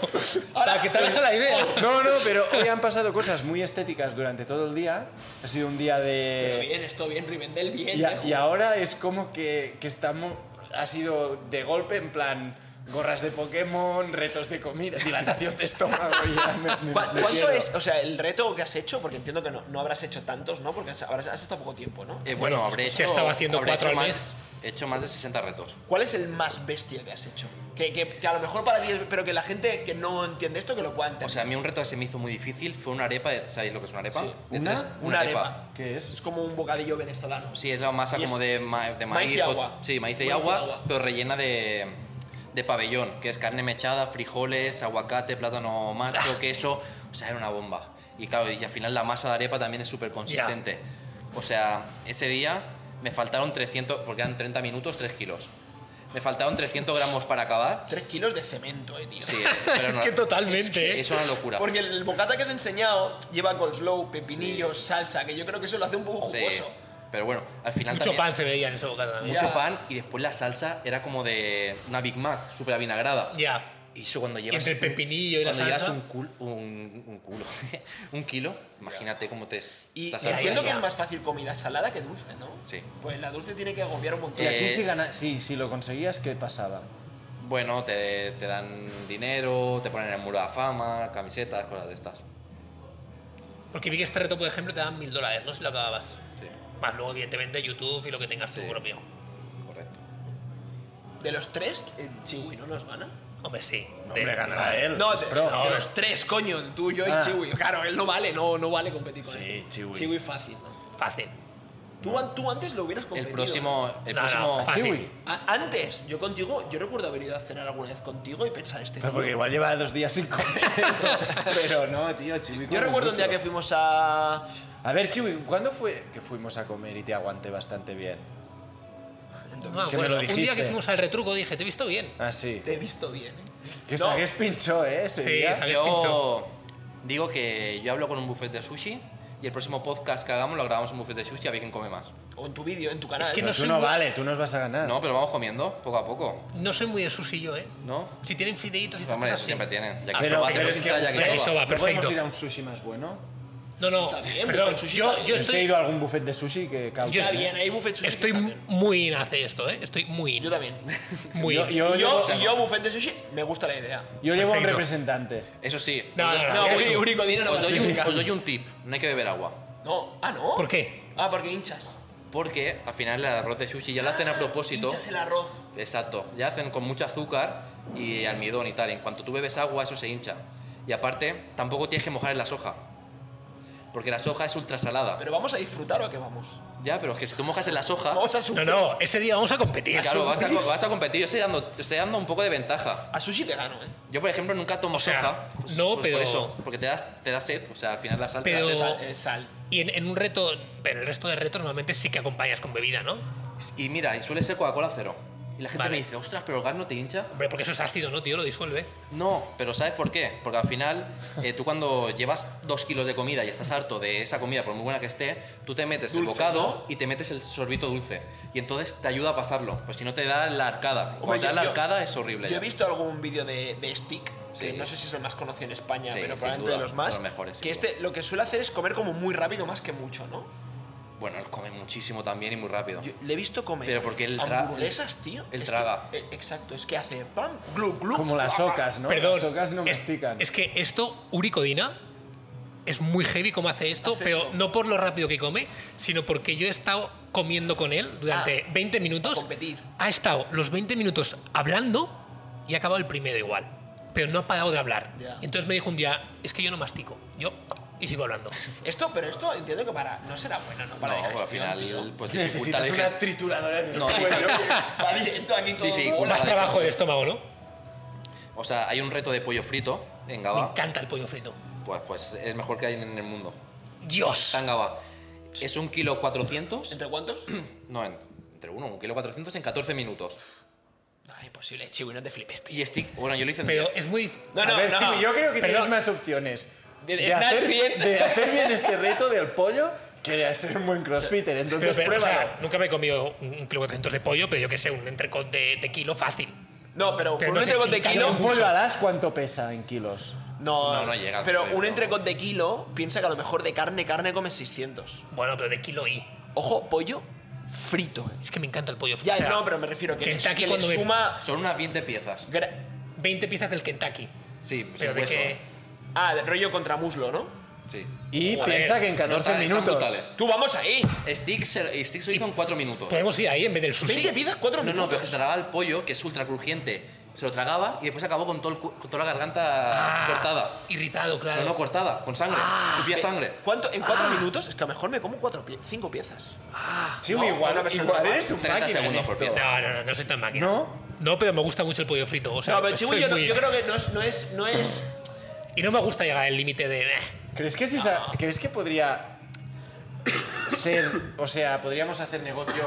E: Para que te hagas la idea.
C: No, no, pero hoy han pasado cosas muy estéticas durante todo el día. Ha sido un día
A: Pero
C: de...
A: bien, esto bien, Rivendell, bien.
C: Y, a-
A: viejo.
C: y ahora es como que, que estamos... Ha sido de golpe, en plan, gorras de Pokémon, retos de comida, dilatación de estómago. ya me- me-
A: ¿Cu-
C: me
A: ¿Cuánto
C: quiero.
A: es, o sea, el reto que has hecho? Porque entiendo que no, no habrás hecho tantos, ¿no? Porque has, habrás- has estado poco tiempo, ¿no?
D: Eh, bueno,
E: Bueno,
D: habré
E: si
D: hecho.
E: estaba haciendo
D: habré
E: cuatro
D: hecho
E: al
D: más- He hecho más de 60 retos.
A: ¿Cuál es el más bestia que has hecho? Que, que- que a lo mejor para ti, es- pero que la gente que no entiende esto, que lo pueda entender.
D: O sea, a mí un reto que se me hizo muy difícil fue una arepa. De, ¿Sabéis lo que es una arepa?
A: Sí.
D: De
C: ¿Una?
D: tres-
A: Una arepa.
C: ¿Qué es?
A: es como un bocadillo venezolano.
D: Sí, es la masa
A: Y es
D: como de, ma- de maíz.
A: maíz y
D: o-
A: agua.
D: Sí, maíz y
A: Maíz y
D: agua,
A: agua.
D: pero rellena de, de pabellón, que es carne mechada, frijoles, aguacate, plátano macho, queso. O sea, era una bomba. Y claro, y al final la masa de arepa también es súper consistente. O sea, ese día me faltaron 300, porque eran 30 minutos, 3 kilos. Me faltaron 300 gramos para acabar.
A: Tres kilos de cemento, eh, tío.
D: Sí, pero
E: Es
D: no-
E: que totalmente.
D: Es una locura.
A: Porque el bocata que has enseñado lleva coleslaw, pepinillos, salsa, que yo creo que eso lo hace un poco
D: Sí,
A: jugoso.
D: Pero bueno, al final
E: Mucho
D: también-
E: pan se veía en ese bocado también.
D: mucho
A: Ya.
D: pan y después la salsa era como de una Big Mac, súper avinagrada.
E: Ya.
D: Y eso cuando llevas.
E: entre el pepinillo y la
D: cuando
E: salsa.
D: llevas un, cul- un, un culo. un kilo, imagínate cómo te. es-
A: Y,
D: estás
A: y entiendo
D: arreglando.
A: que es más fácil comida salada que dulce, ¿no?
D: Sí.
A: Pues la dulce tiene que agobiar un montón.
C: Y aquí
D: Eh,
C: si, gana- sí, si lo conseguías, ¿qué pasaba?
D: Bueno, te, te dan dinero, te ponen el muro de la fama, camisetas, cosas de estas.
E: Porque vi que este reto, por ejemplo, te dan mil dólares, ¿no? Si lo acababas.
D: Sí,
E: Más luego, evidentemente, YouTube y lo que tengas tú
D: Sí.
E: propio.
D: correcto.
A: De los tres, eh, Chiwi no nos gana.
E: Hombre, sí.
C: No
E: De- ¿eh?
C: le ganará él.
A: No,
C: es
A: de,
C: pro.
A: de los tres, coño, tú, yo y
C: Ah.
A: Chiwi. Claro, él no vale, no, no vale competir con
C: Sí,
A: él.
C: Chiwi.
A: Chiwi fácil, ¿no?
E: Fácil.
A: Tú, an- tú antes lo hubieras
D: El
A: competido.
D: próximo. El
E: No, no,
D: próximo
E: fácil.
C: Chiwi.
A: A- antes, yo contigo, yo recuerdo haber ido a cenar alguna vez contigo y pensar este
C: Pero
A: tío-
C: porque igual lleva dos días sin comer. Pero no, tío, Chiwi.
A: Yo
C: come
A: recuerdo un día
C: mucho.
A: que fuimos a.
C: A ver, Chiwi, ¿cuándo fue que fuimos a comer y te aguanté bastante bien?
E: No me
C: Sí me
E: acuerdo.
C: lo
E: Ah, Un día que
C: dijiste.
E: fuimos al retruco dije, te he visto bien.
C: Ah, sí.
A: Te he visto bien, ¿eh?
C: Que
A: No.
C: Sagues pinchó, ¿eh? Ese
E: Sí,
C: día.
E: Sagués- Habéis
D: Yo digo que yo hablo con un buffet de sushi y el próximo podcast que hagamos lo grabamos en un buffet de sushi a ver quién come más.
A: O en tu vídeo, en tu canal.
E: Es que
C: Pero
E: no
C: tú
E: soy
C: no
E: muy-
C: vale, tú nos vas a ganar.
D: No, pero vamos comiendo poco a poco,
E: No soy muy de sushi yo, ¿eh?
D: ¿no?
E: Si tienen fideitos y estas
D: Hombre,
E: cosas,
D: eso
E: sí.
D: siempre tienen. Ya que
C: pero,
D: soba,
C: pero
D: te
C: es que
D: gusta, ya que
C: buffet-
E: eso
D: soba.
E: va, perfecto.
C: ¿Podemos ir a un sushi más bueno?
E: No, no,
A: Está bien, pero
E: perdón.
A: con sushi está
E: Yo,
A: bien.
E: yo
C: Es que he
E: estoy,
C: ido a algún buffet de sushi que causa.
E: Yo
A: Está
E: estoy-
A: bien, hay buffet sushi. que
E: estoy
A: está bien.
E: muy in hace esto, ¿eh? Estoy muy in.
A: Yo también.
E: Muy
C: Yo, yo
E: in.
A: Y yo,
C: llevo,
A: y yo, buffet de sushi, me gusta la idea.
C: yo llevo a un
E: Perfecto.
C: representante.
D: Eso sí.
E: No,
D: os
E: no, no,
D: doy-
A: No,
E: esto-
A: Uri, Uri Codina no va a
D: Os doy,
A: ser
D: un,
A: nunca.
D: os doy un tip, no hay que beber agua.
A: No, ah, no.
E: ¿Por qué?
A: Ah, porque hinchas.
D: Porque al final el arroz de sushi ya lo hacen a propósito.
A: Hinchas el arroz.
D: Exacto, ya hacen con mucho azúcar y almidón y tal. En cuanto tú bebes agua, eso se hincha. Y aparte, tampoco tienes que mojar en la soja. Porque la soja es ultrasalada.
A: Pero vamos a disfrutar o a qué vamos.
D: Ya, pero es que si tú mojas en la soja,
A: Vamos a
E: No,
A: sufrir.
E: no, ese día vamos a competir.
D: claro, vas a, vas a competir. Yo estoy dando, estoy dando un poco de ventaja.
A: A sushi te gano, ¿eh?
D: Yo, por ejemplo, nunca tomo
E: O sea,
D: soja.
E: no, pero-
D: Por eso, porque te das, te da sed. O sea, al final la sal te da
E: Pero-
A: Es
D: sed.
A: sal. es sal.
E: Y en, en un reto, pero el resto de retos normalmente sí que acompañas con bebida, ¿no?
D: Y mira, y suele ser Coca-Cola cero. Y la gente
E: Vale.
D: me dice, ostras, pero el gas no te hincha.
E: Hombre, porque eso es ácido, ¿no, tío? Lo disuelve.
D: No, pero ¿sabes por qué? Porque al final, eh, tú cuando llevas dos kilos de comida y estás harto de esa comida, por muy buena que esté, tú te metes el
A: Dulce,
D: bocado y te metes el sorbito dulce. Y entonces te ayuda a pasarlo. Pues si no te da la arcada. Cuando
A: Hombre,
D: te da
A: yo-
D: la
A: yo-
D: arcada es horrible.
A: Yo he
D: ya.
A: visto algún vídeo de, de Stick, que
D: Sí.
A: no sé si es el más conocido en España,
D: Sí,
A: pero
D: sin
A: probablemente
D: duda,
A: de los más.
D: de los mejores, sin
A: que este lo que suele hacer es comer como muy rápido más que mucho, ¿no?
D: Bueno, él come muchísimo también y muy rápido.
A: Yo le he visto comer
D: Pero porque él tra-
A: hamburguesas, tío. Es
D: él
A: que-
D: traga.
A: eh, exacto, es que hace pam, glu, glu.
C: Como las ocas, ¿no?
E: Perdón.
C: Las ocas no
E: es,
C: mastican.
E: es que esto, Uricodina, es muy heavy como hace esto,
A: Hace
E: pero
A: esto.
E: no por lo rápido que come, sino porque yo he estado comiendo con él durante
A: Ah,
E: 20 minutos.
A: a competir.
E: Ha estado los 20 minutos hablando y ha acabado el primero igual. Pero no ha parado de hablar.
A: Ya.
E: Entonces me dijo un día, es que yo no mastico. Yo, y sigo hablando.
C: Pues
A: Esto, pero esto entiendo que para no será bueno, ¿no?
D: no,
A: Para
D: pues al
A: digestión,
D: final,
A: tío.
D: pues dificulta
C: Necesitas
D: la
C: una
D: digen-
C: trituradora en el
D: No,
C: cuello.
A: Va directo aquí todo.
D: Dificulta.
E: Más
D: Hola,
E: trabajo
D: Alejandro.
E: de estómago, ¿no?
D: O sea, hay un reto de pollo frito en
E: Me
C: Ah.
D: Gaba.
E: encanta el pollo frito.
D: Pues, pues es el mejor que hay en el mundo.
E: Dios.
D: Está en Gaba. Es un kilo 400.
A: ¿Entre cuántos?
D: No, en- entre uno, un kilo 400 en 14 minutos.
A: No, es imposible, Chiwi, no te flipes, tío.
D: Y stick, bueno, yo lo hice en
E: Pero
D: 10.
E: es muy...
A: No, no,
C: a ver,
A: no.
C: Chiwi, yo creo que
E: Perdón.
C: tienes más opciones.
A: De- de estar bien.
C: de hacer bien este reto del pollo que de ser un buen crossfitter. Entonces,
E: Pero, pero, o sea,
C: pruébalo.
E: nunca me he comido un un kilo 400 de pollo, pero yo que sé, un entrecot de, de kilo fácil.
A: No, pero,
E: Pero
A: por
E: no
A: un
E: sé
A: entrecot
E: si
A: de
E: cada
A: kilo.
C: un pollo alas, ¿cuánto pesa en kilos?
A: No,
D: No, no llega al
A: Pero
D: pollo,
A: un
D: no.
A: entrecot de kilo, piensa que a lo mejor de carne, carne come 600.
E: Bueno, pero de kilo y.
A: Ojo, pollo frito. eh.
E: Es que me encanta el pollo frito.
A: Ya,
E: o sea,
A: no, pero me refiero que,
E: Kentucky
A: que le
E: cuando me-
A: suma.
D: Son unas 20 piezas.
A: gra-
E: 20 piezas del Kentucky.
D: Sí,
E: Pero
D: sin
E: de
D: hueso.
E: que.
D: ¿eh?
A: Ah, de rollo contra muslo, ¿no?
D: Sí.
C: Y
E: Joder,
C: piensa que en
D: No,
C: 14
D: están- están
C: minutos.
D: brutales.
A: Tú vamos ahí.
D: Pues Stick se, Stick se lo hizo en 4 minutos.
E: Podemos ir ahí en vez del sushi.
A: 20 piezas, 4
D: No,
A: minutos.
D: no, pero que se tragaba el pollo, que es ultra crujiente. Se lo tragaba y después acabó con, todo el cu- con toda la garganta
E: Ah,
D: cortada.
E: Irritado, claro.
D: No, no, cortada, con sangre. Tupía sangre.
A: Eh, ¿Cuánto? ¿En 4 minutos? Es que a lo mejor me como 5 piezas.
C: Chiwi,
A: No, una
C: igual,
A: persona
C: igual
A: normal.
C: eres un
D: 30
C: máquina en
D: segundos por
C: esto.
D: pieza.
E: no, no, no, no soy tan máquina.
C: ¿No?
E: No, pero me gusta mucho el pollo frito. O sea,
A: No, pero Chiwi,
E: soy
A: yo, no-
E: muy-
A: yo creo que no es. No es, no es
E: Y no me gusta llegar al límite de. "Eh, "Meh".
C: ¿Crees que, si sa- ¿Crees que podría ser, o sea, podríamos hacer negocio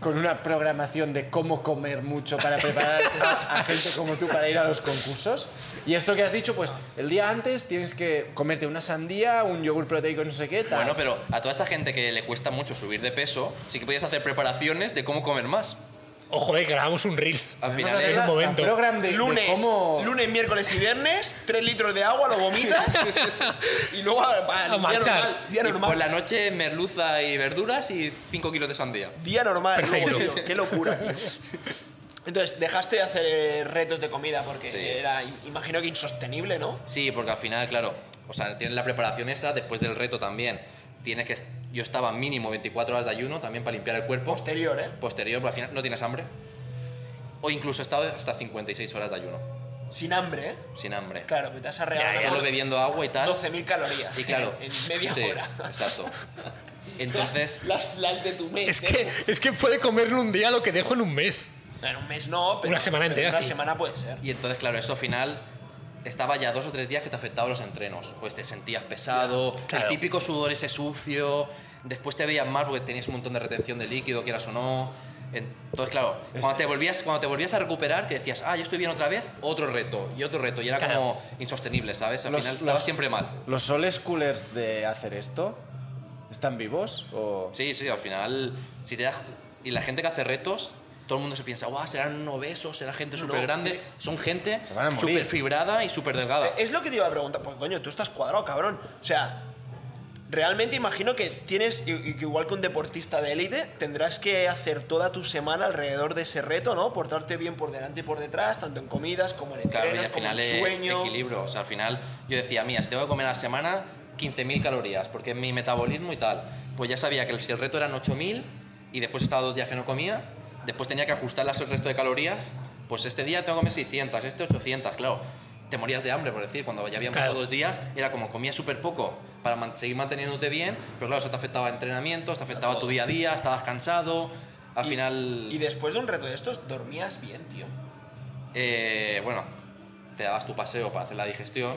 C: con una programación de cómo comer mucho para preparar a, a gente como tú para ir a los concursos? Y esto que has dicho, pues el día antes tienes que comerte una sandía, un yogur proteico, no sé qué, tal.
D: Bueno, pero a toda esa gente que le cuesta mucho subir de peso, sí que podías hacer preparaciones de cómo comer más.
E: Ojo, eh, que grabamos un Reels.
D: Al
C: Vamos
D: final
C: a hacer
E: en
D: es-
E: un
C: la- la
E: momento.
C: program de, de
A: lunes,
C: cómo-
A: lunes, miércoles y viernes, 3 litros de agua, lo vomitas y luego a, pa- día
E: marchar.
A: normal, día
D: y por
A: normal,
D: la noche merluza y verduras y 5 kilos de sandía.
A: día normal,
E: Perfecto.
A: luego, tío, qué locura, tío. Entonces, dejaste de hacer eh, retos de comida porque
D: Sí.
A: era, im- imagino que insostenible, ¿no?
D: Sí, porque al final, claro, o sea, tienes la preparación esa después del reto también. Tienes que. est- Yo estaba mínimo 24 horas de ayuno también para limpiar el cuerpo.
A: Posterior, ¿eh?
D: Posterior, pero al final no tienes hambre. O incluso he estado hasta 56 horas de ayuno,
A: Sin hambre, ¿eh?
D: sin hambre.
A: Claro, pero te has
E: Ya,
A: arreglado
E: ya
D: Solo bebiendo agua y tal.
A: 12.000 calorías
D: Y claro.
A: en media
D: sí,
A: hora.
D: Exacto. Entonces,
A: Las, las de tu mes.
E: Es
A: ¿eh?
E: que, es que puede comerlo un día lo que dejo en un mes.
A: En un mes no, pero.
E: Una semana
A: pero
E: entera,
A: Una
E: sí.
A: semana puede ser.
D: y entonces, claro, eso al final estaba ya dos o tres días que te afectaba los entrenos. Pues te sentías pesado,
E: Claro.
D: el típico sudor ese sucio, después te veías mal porque tenías un montón de retención de líquido, quieras o no. Entonces, claro, cuando te, volvías, cuando te volvías a recuperar, que decías, ah, yo estoy bien otra vez, otro reto y otro reto. Y era
E: Claro.
D: como insostenible, ¿sabes? Al
C: Los-
D: final estabas
C: los-
D: siempre mal.
C: ¿Los soles coolers de hacer esto están vivos? O...
D: Sí, sí, al final, si te das. Y la gente que hace retos, todo el mundo se piensa, guau, serán obesos, será gente súper grande. Son gente
C: eh, Se van a morir. Eh,
D: súper fibrada y súper delgada.
A: Es lo que te iba a preguntar. Pues coño, tú estás cuadrado, cabrón. O sea, realmente imagino que tienes, i- i- que igual que un deportista de élite, tendrás que hacer toda tu semana alrededor de ese reto, ¿no? Portarte bien por delante y por detrás, tanto en comidas como en entrenos,
D: Claro, y al
A: como
D: final
A: en
D: es
A: sueño.
D: equilibrio. O sea, al final yo decía, mira, si tengo que comer a la semana 15.000 calorías, porque es mi metabolismo y tal. Pues ya sabía que el, si el reto eran 8.000 y después estaba dos días que no comía, después tenía que ajustarlas al resto de calorías, pues este día tengo que comer 600, este 800, claro. Te morías de hambre, por decir, cuando ya habían
E: Claro.
D: pasado dos días, era como comía súper poco para man- seguir manteniéndote bien, pero claro, eso te afectaba el entrenamiento, te afectaba tu día a día, estabas cansado, al
A: Y-
D: final...
A: Y después de un reto de estos, dormías bien, tío.
D: Eh, bueno, te dabas tu paseo para hacer la digestión.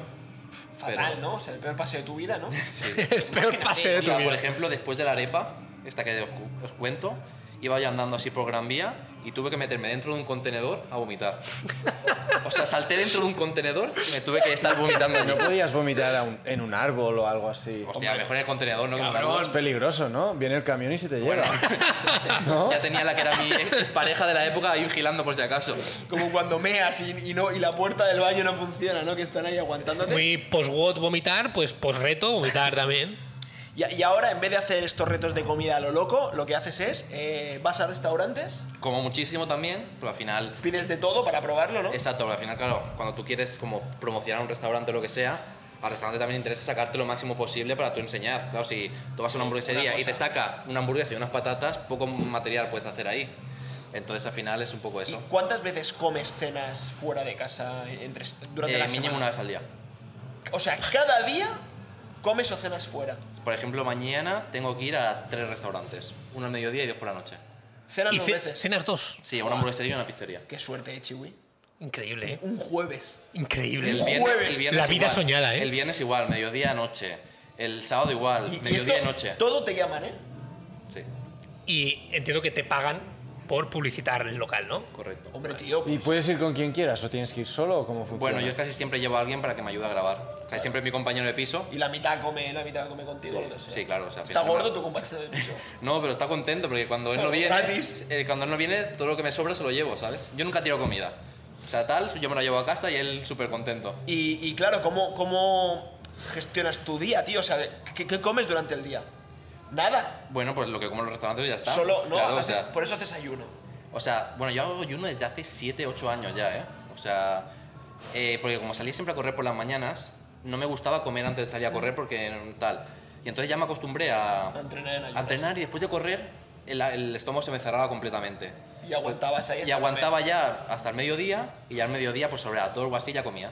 A: Fatal,
D: pero-
A: ¿no? O sea, el peor paseo de tu vida, ¿no?
D: Sí.
E: El peor paseo de
D: O
E: tu
D: sea, por
E: vida.
D: ejemplo, después de la arepa, esta que os, cu- os cuento, iba yo andando así por Gran Vía y tuve que meterme dentro de un contenedor a vomitar. O sea, salté dentro de un contenedor y me tuve que estar vomitando. allí.
C: ¿No podías vomitar a un- en un árbol o algo así?
D: Hostia, mejor en el contenedor, ¿no? Que en un
C: Es
D: árbol.
C: peligroso, ¿no? Viene el camión y se te lleva.
D: Ya tenía la que era mi ex pareja de la época ahí vigilando por si acaso.
A: Como cuando meas y, y no, y la puerta del baño no funciona, ¿no? Que están ahí aguantándote.
E: Muy post-WOT vomitar, pues post-reto vomitar también.
A: Y, y ahora, en vez de hacer estos retos de comida a lo loco, lo que haces es, eh, vas a restaurantes,
D: Como muchísimo también, pero al final
A: pides de todo para probarlo, ¿no?
D: Exacto, porque al final, claro, cuando tú quieres como promocionar un restaurante o lo que sea, al restaurante también le interesa sacarte lo máximo posible para tú enseñar. Claro, si tú vas a una hamburguesería y te saca una hamburguesa y unas patatas, poco material puedes hacer ahí. Entonces, al final es un poco
A: ¿Y
D: eso.
A: cuántas veces comes cenas fuera de casa entre, durante
D: Eh,
A: la
D: mínimo
A: semana?
D: una vez al día.
A: O sea, cada día comes o cenas fuera.
D: Por ejemplo, mañana tengo que ir a tres restaurantes. Uno al mediodía y dos por la noche.
A: Cenas
E: Y
A: dos
E: ce-
A: veces.
E: cenas dos.
D: Sí, a una hamburguesería y una pizzería.
A: Qué suerte, eh, Chiwi.
E: Increíble, ¿eh?
A: Un jueves.
E: Increíble.
D: El
A: jueves.
D: viernes, el viernes
E: La vida
D: igual.
E: soñada, ¿eh?
D: El viernes igual, mediodía, noche. El sábado igual, mediodía,
A: esto-
D: noche.
A: Todo te llaman, ¿eh?
D: Sí,
E: Y entiendo que te pagan por publicitar el local, ¿no?
D: correcto.
A: Hombre, tío.
C: ¿Y puedes ir con quien quieras o tienes que ir solo o cómo funciona?
D: Bueno, yo casi siempre llevo a alguien para que me ayude a grabar. Casi siempre es mi compañero de piso.
A: Y la mitad come, la mitad come contigo,
D: Sí,
A: lo que sea.
D: sí, claro, o sea,
A: Está
D: al final-
A: gordo tu compañero de piso.
D: No, pero está contento porque cuando él no viene.
A: gratis.
D: eh, cuando él no viene, todo lo que me sobra se lo llevo, ¿sabes? Yo nunca tiro comida. O sea, tal, yo me lo llevo a casa y él súper contento.
A: Y, y claro, ¿cómo, ¿cómo gestionas tu día, tío? O sea, ¿qué, qué comes durante el día? Nada.
D: Bueno, pues lo que como en los restaurantes ya está.
A: Solo, no,
D: Claro, o
A: haces-
D: sea,
A: por eso haces ayuno.
D: o sea, bueno, yo hago ayuno desde hace 7, 8 años ya, ¿eh? O sea, eh, porque como salía siempre a correr por las mañanas, no me gustaba comer antes de salir a correr porque mm, tal. Y entonces ya me acostumbré a,
A: A entrenar en ayuno.
D: a entrenar y después de correr, el- el estómago se me cerraba completamente.
A: Y aguantabas ahí.
D: Y
A: hasta
D: aguantaba ya hasta el mediodía y ya al mediodía, pues sobre las dos o así ya comía.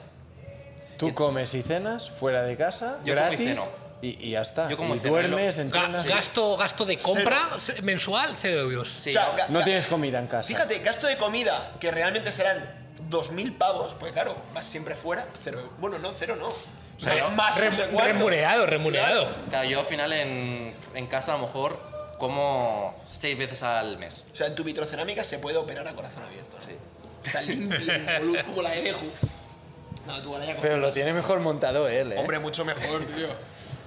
C: Tú comes y cenas fuera de casa,
D: Yo como y
C: gratis,
D: ceno.
C: y, y ya está.
D: Yo como y
C: y
D: ceno,
C: duermes,
D: lo-
E: Ga-
C: entrenas...
E: gasto, gasto de compra se- mensual, 0 euros.
D: Sí,
A: O sea, ga-
C: No
A: ga-
C: tienes comida en casa.
A: Fíjate, gasto de comida, que realmente serán 2.000 pavos, pues claro, vas siempre fuera, cero. euros. Bueno, no, cero no. O sea,
E: Pero
A: más
E: rem-
A: no sé cuántos.
E: remunerado, remunerado.
D: claro, yo al final en, en casa a lo mejor como seis veces al mes.
A: O sea, en tu vitrocerámica se puede operar a corazón abierto. ¿no?
D: Sí.
A: Está limpio, boludo, como la de Deju. No, tú ahora ya
C: Pero lo tiene mejor montado él, ¿eh?
A: Hombre, mucho mejor, tío.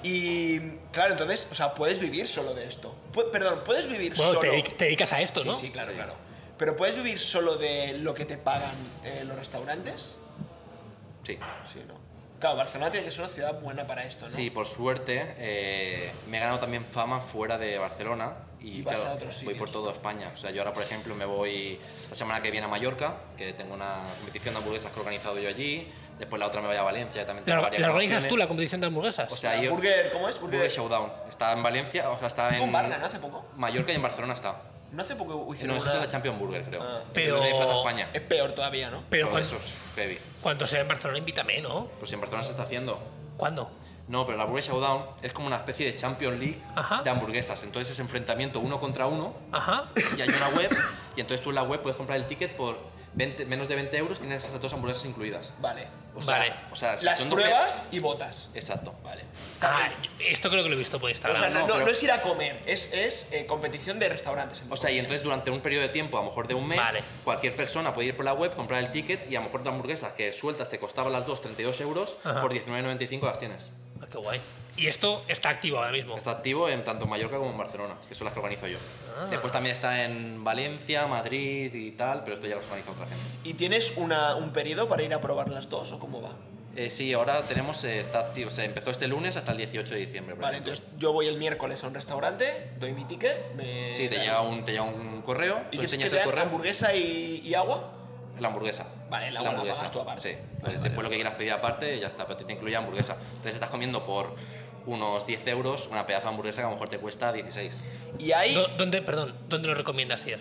A: Y claro, entonces, o sea, puedes vivir solo de esto. Pu- perdón, puedes vivir
E: Bueno,
A: solo.
E: te, dedic- te dedicas a esto,
A: sí,
E: ¿no?
A: sí, claro, claro. Pero puedes vivir solo de lo que te pagan eh, los restaurantes.
D: Sí.
A: Sí, ¿no? Claro, Barcelona tiene que ser una ciudad buena para esto, ¿no?
D: Sí, por suerte eh, me he ganado también fama fuera de Barcelona y,
A: Y vas
D: claro,
A: a otros
D: voy
A: sitios.
D: por toda España. O sea, yo ahora, por ejemplo, me voy la semana que viene a Mallorca, que tengo una competición de hamburguesas que he organizado yo allí. Después la otra me voy a Valencia, también tengo
E: ¿La,
D: varias
E: la organizas
D: grabaciones.
E: tú la competición de hamburguesas?
D: O sea, yo...
A: Burger, ¿cómo es?
D: Burger Showdown. Está en Valencia, o sea, está en...
A: Con Barna, ¿no? Hace poco.
D: Mallorca y en Barcelona está.
A: No hace poco
D: no,
A: hicieron
D: eso es
A: una-
D: la Champion Burger, creo.
A: Ah.
D: Pero...
E: Pero-
D: Es de España.
A: Es peor todavía, ¿no?
E: Pero
D: Pero
E: cuan-
D: eso es heavy.
E: cuando sea en Barcelona, invítame, ¿no?
D: Pues en Barcelona se está haciendo.
E: ¿Cuándo?
D: No, pero la hamburguesa Showdown es como una especie de Champions League
E: Ajá.
D: de hamburguesas. Entonces es enfrentamiento uno contra uno
E: Ajá.
D: y hay una web y entonces tú en la web puedes comprar el ticket por 20 menos de 20 euros tienes esas dos hamburguesas incluidas.
A: Vale.
D: O sea,
E: Vale.
D: o sea, si
A: Las
D: son
A: pruebas y votas.
D: doble- Exacto.
A: Vale.
E: Ah, esto creo que lo he visto por
A: O sea,
E: Instagram.
A: no,
D: no,
A: no-
D: pero-
A: no es ir a comer, es, es eh, competición de restaurantes.
D: O sea, y entonces durante un periodo de tiempo, a lo mejor de un mes,
E: Vale.
D: cualquier persona puede ir por la web, comprar el ticket y a lo mejor las hamburguesas que sueltas te costaban las dos 32 euros,
E: Ajá.
D: por 19,95 las tienes.
E: Ah, qué guay. Y esto está activo ahora mismo.
D: Está activo en tanto en Mallorca como en Barcelona, que son las que organizo yo.
A: Ah.
D: Después también está en Valencia, Madrid y tal, pero esto ya lo organiza otra gente.
A: ¿Y tienes una- un periodo para ir a probar las dos o cómo va?
D: Eh, sí, ahora tenemos, eh, está activo, o sea, empezó este lunes hasta el 18 de diciembre. por
A: Vale,
D: ejemplo.
A: entonces yo voy el miércoles a un restaurante, doy mi ticket, me...
D: Sí, te llega un, te llega un correo,
A: eh, ¿Y
D: tú
A: qué-
D: enseñas
A: qué te
D: el
A: dan?
D: correo.
A: ¿Hamburguesa y, y agua?
D: La hamburguesa.
A: Vale, la agua la pagas tú aparte.
D: Sí.
A: Vale,
D: Pues
A: vale,
D: Después lo que quieras pedir aparte, ya está, pero te incluye hamburguesa. Entonces estás comiendo por unos 10 euros una pedazo de hamburguesa que a lo mejor te cuesta 16.
A: Y ahí...
E: Do- ¿Dónde, perdón, ¿dónde lo recomiendas ir?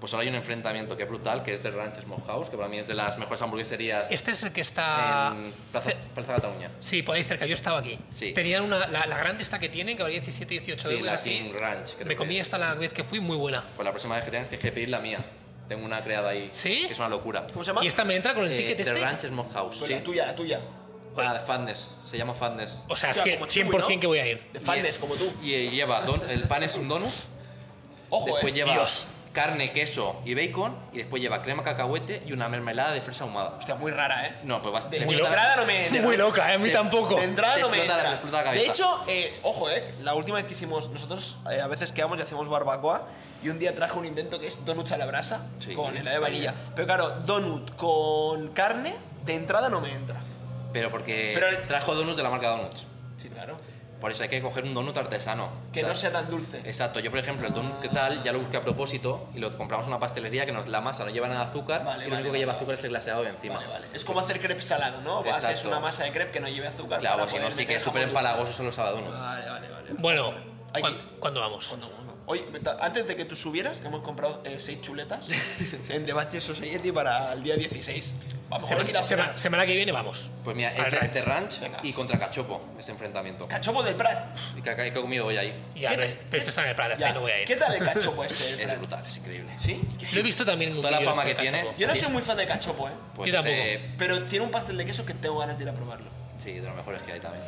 D: Pues ahora hay un enfrentamiento que es brutal, que es del Ranch Smokehouse, que para mí es de las mejores hamburgueserías
E: Este es el que está.
A: Ah,
D: en Plaza,
E: ce-
D: Plaza Cataluña.
E: Sí, por ahí cerca, yo estaba aquí.
D: Sí.
E: Tenían una, la, la grande esta que tienen, que valía 17, 18
D: Sí,
E: euros.
D: la
E: así.
D: King Ranch. creo
E: Me
D: que
E: comí
D: es.
E: esta la vez que fui, muy buena.
D: Pues la próxima vez que tengas tienes que pedir la mía. Tengo una creada ahí.
E: ¿Sí?
D: Que es una locura.
A: ¿Cómo se llama?
E: ¿Y esta me entra con el
D: Eh,
E: ticket
D: The
E: este?
D: Ranch Smokehouse.
A: Pues
D: sí.
A: la tuya, la tuya.
D: Ah, de Fandness. Se llama Fandness.
E: O sea,
A: Hostia,
E: cien-
A: como
E: 100%,
A: Chewy, ¿no?
E: que voy a ir.
A: De fans
D: Y-
A: como tú.
D: Y eh, lleva, don- el pan es un donut,
A: Ojo,
D: después
A: eh.
D: lleva
E: Dios.
D: carne, queso y bacon, y después lleva crema cacahuete y una mermelada de fresa ahumada.
A: Hostia, muy rara, ¿eh?
D: No, pues vas...
A: De
D: te
A: muy
D: explota-
A: entrada no me... de-
E: Muy loca, ¿eh? a mí
D: Te-
E: tampoco.
A: De entrada
D: Te
A: no me
D: explota la-
A: entra.
D: te explota la cabeza.
A: de hecho, eh, ojo, eh, la última vez que hicimos, nosotros eh, a veces quedamos y hacemos barbacoa y un día traje un invento que es donuts a la brasa
D: Sí.
A: con helado de vainilla. Pero claro, donut con carne, de entrada no me entra.
D: Pero porque
A: Pero-
D: trajo donuts de la marca Donuts.
A: Sí, claro.
D: Por eso hay que coger un donut artesano.
A: Que
D: O sea,
A: no sea tan dulce.
D: Exacto, yo por ejemplo el donut que tal ya lo busqué a propósito y lo compramos en una pastelería que nos, la masa no lleva nada de azúcar
A: Vale,
D: y
A: vale,
D: lo único
A: vale,
D: que lleva
A: vale.
D: azúcar es el glaseado de encima.
A: Vale, vale. Es como hacer crepe salado, ¿no?
D: Exacto.
A: Haces una masa de crepe que no lleve azúcar.
D: Claro,
A: para
D: si no
A: poder
D: sí que
A: meter
D: es súper
A: jamón dulce.
D: empalagoso son los abadunut.
A: Vale, vale, vale.
E: Bueno,
A: Hay
E: ¿cuán-
A: que-
E: ¿cuándo vamos?
A: Cuando uno. Oye, meta- antes de que tú subieras, hemos comprado eh, seis chuletas en The Bachelor Society para el día 16. Vamos a
E: Sema-
A: ver si la
E: sema-
A: cenar.
E: semana que viene vamos.
D: Pues mira,
E: Al
D: es de-
E: ranch.
D: de ranch
A: Venga.
D: y contra cachopo ese enfrentamiento.
A: Cachopo del Prat.
D: Y que, que he comido hoy ahí.
E: Y al
A: ¿Qué te-
E: ranch. Pero esto está en el Prada, hasta
A: Ya.
E: ahí no voy a ir.
A: ¿Qué tal el cachopo este del
D: Es
A: Prat?
D: brutal, es increíble.
A: ¿Sí?
E: Lo he visto también en un
D: Toda la
E: vídeo
D: fama
E: este de
D: que tiene.
E: Cachopo.
A: Yo no soy muy fan de cachopo, ¿eh?
D: Pues
E: Yo tampoco.
D: ese-
A: Pero tiene un pastel de queso que tengo ganas de ir a probarlo.
D: sí, de los mejores que hay también.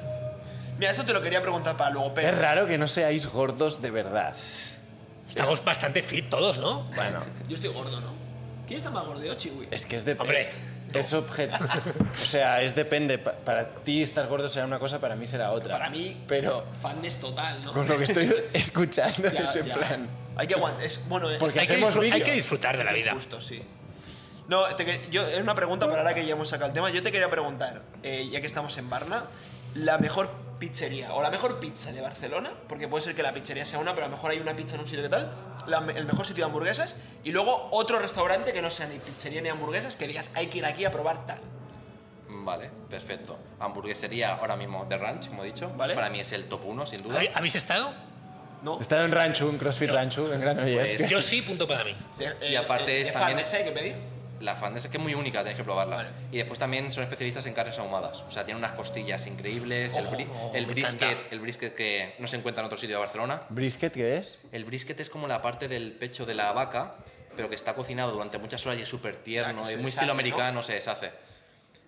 A: Mira, eso te lo quería preguntar para luego, pero...
C: Es raro que no seáis gordos de verdad.
E: Estamos bastante fit todos, ¿no?
A: Pues
C: Bueno,
A: Yo estoy gordo, ¿no? ¿Quién está más gordo, Chiwi?
C: es que es de
E: Hombre,
C: es, es objeto. o sea, es depende. Pa- Para ti estar gordo será una cosa, para mí será otra.
A: Para mí,
C: Pero
A: fandness total, ¿no?
C: con lo que estoy escuchando
A: Ya,
C: es en
A: ya.
C: plan.
A: Hay que aguantar. Es, bueno, es-
C: Porque
E: Hay que,
C: hacemos
E: disfru- hay
C: vídeo.
E: que disfrutar de la vida.
A: Justo, sí. No, te quer- yo, es una pregunta para ahora que ya hemos sacado el tema. Yo te quería preguntar, eh, ya que estamos en Barna, la mejor pizzería o la mejor pizza de Barcelona, porque puede ser que la pizzería sea una, pero a lo mejor hay una pizza en un sitio que tal, la me- el mejor sitio de hamburguesas, y luego otro restaurante que no sea ni pizzería ni hamburguesas, que digas, hay que ir aquí a probar tal.
D: Vale, perfecto. Hamburguesería ahora mismo de ranch, como he dicho.
A: Vale.
D: Para mí es el top 1, sin duda.
E: ¿Habéis ¿habéis estado?
A: ¿No?
C: He estado en Rancho, en CrossFit Rancho, en Granollers.
D: Pues-
E: Yo sí, punto para mí.
A: De-
D: Y aparte
A: de-
D: es
A: de
D: también-
A: fandness hay que pedir.
D: La fandesa es que es muy única, tenéis que probarla.
A: Vale.
D: Y después también son especialistas en carnes ahumadas. O sea, tienen unas costillas increíbles, el,
E: Ojo,
D: bri-
E: oh,
D: el
E: me
D: brisket,
E: encanta.
D: el brisket que no se encuentra en otro sitio de Barcelona.
C: ¿Brisket qué es?
D: El brisket es como la parte del pecho de la vaca, pero que está cocinado durante muchas horas y es súper
A: Ya,
D: tierno,
A: que
D: es
A: se
D: muy
A: deshace,
D: estilo
A: ¿no?
D: americano, se deshace.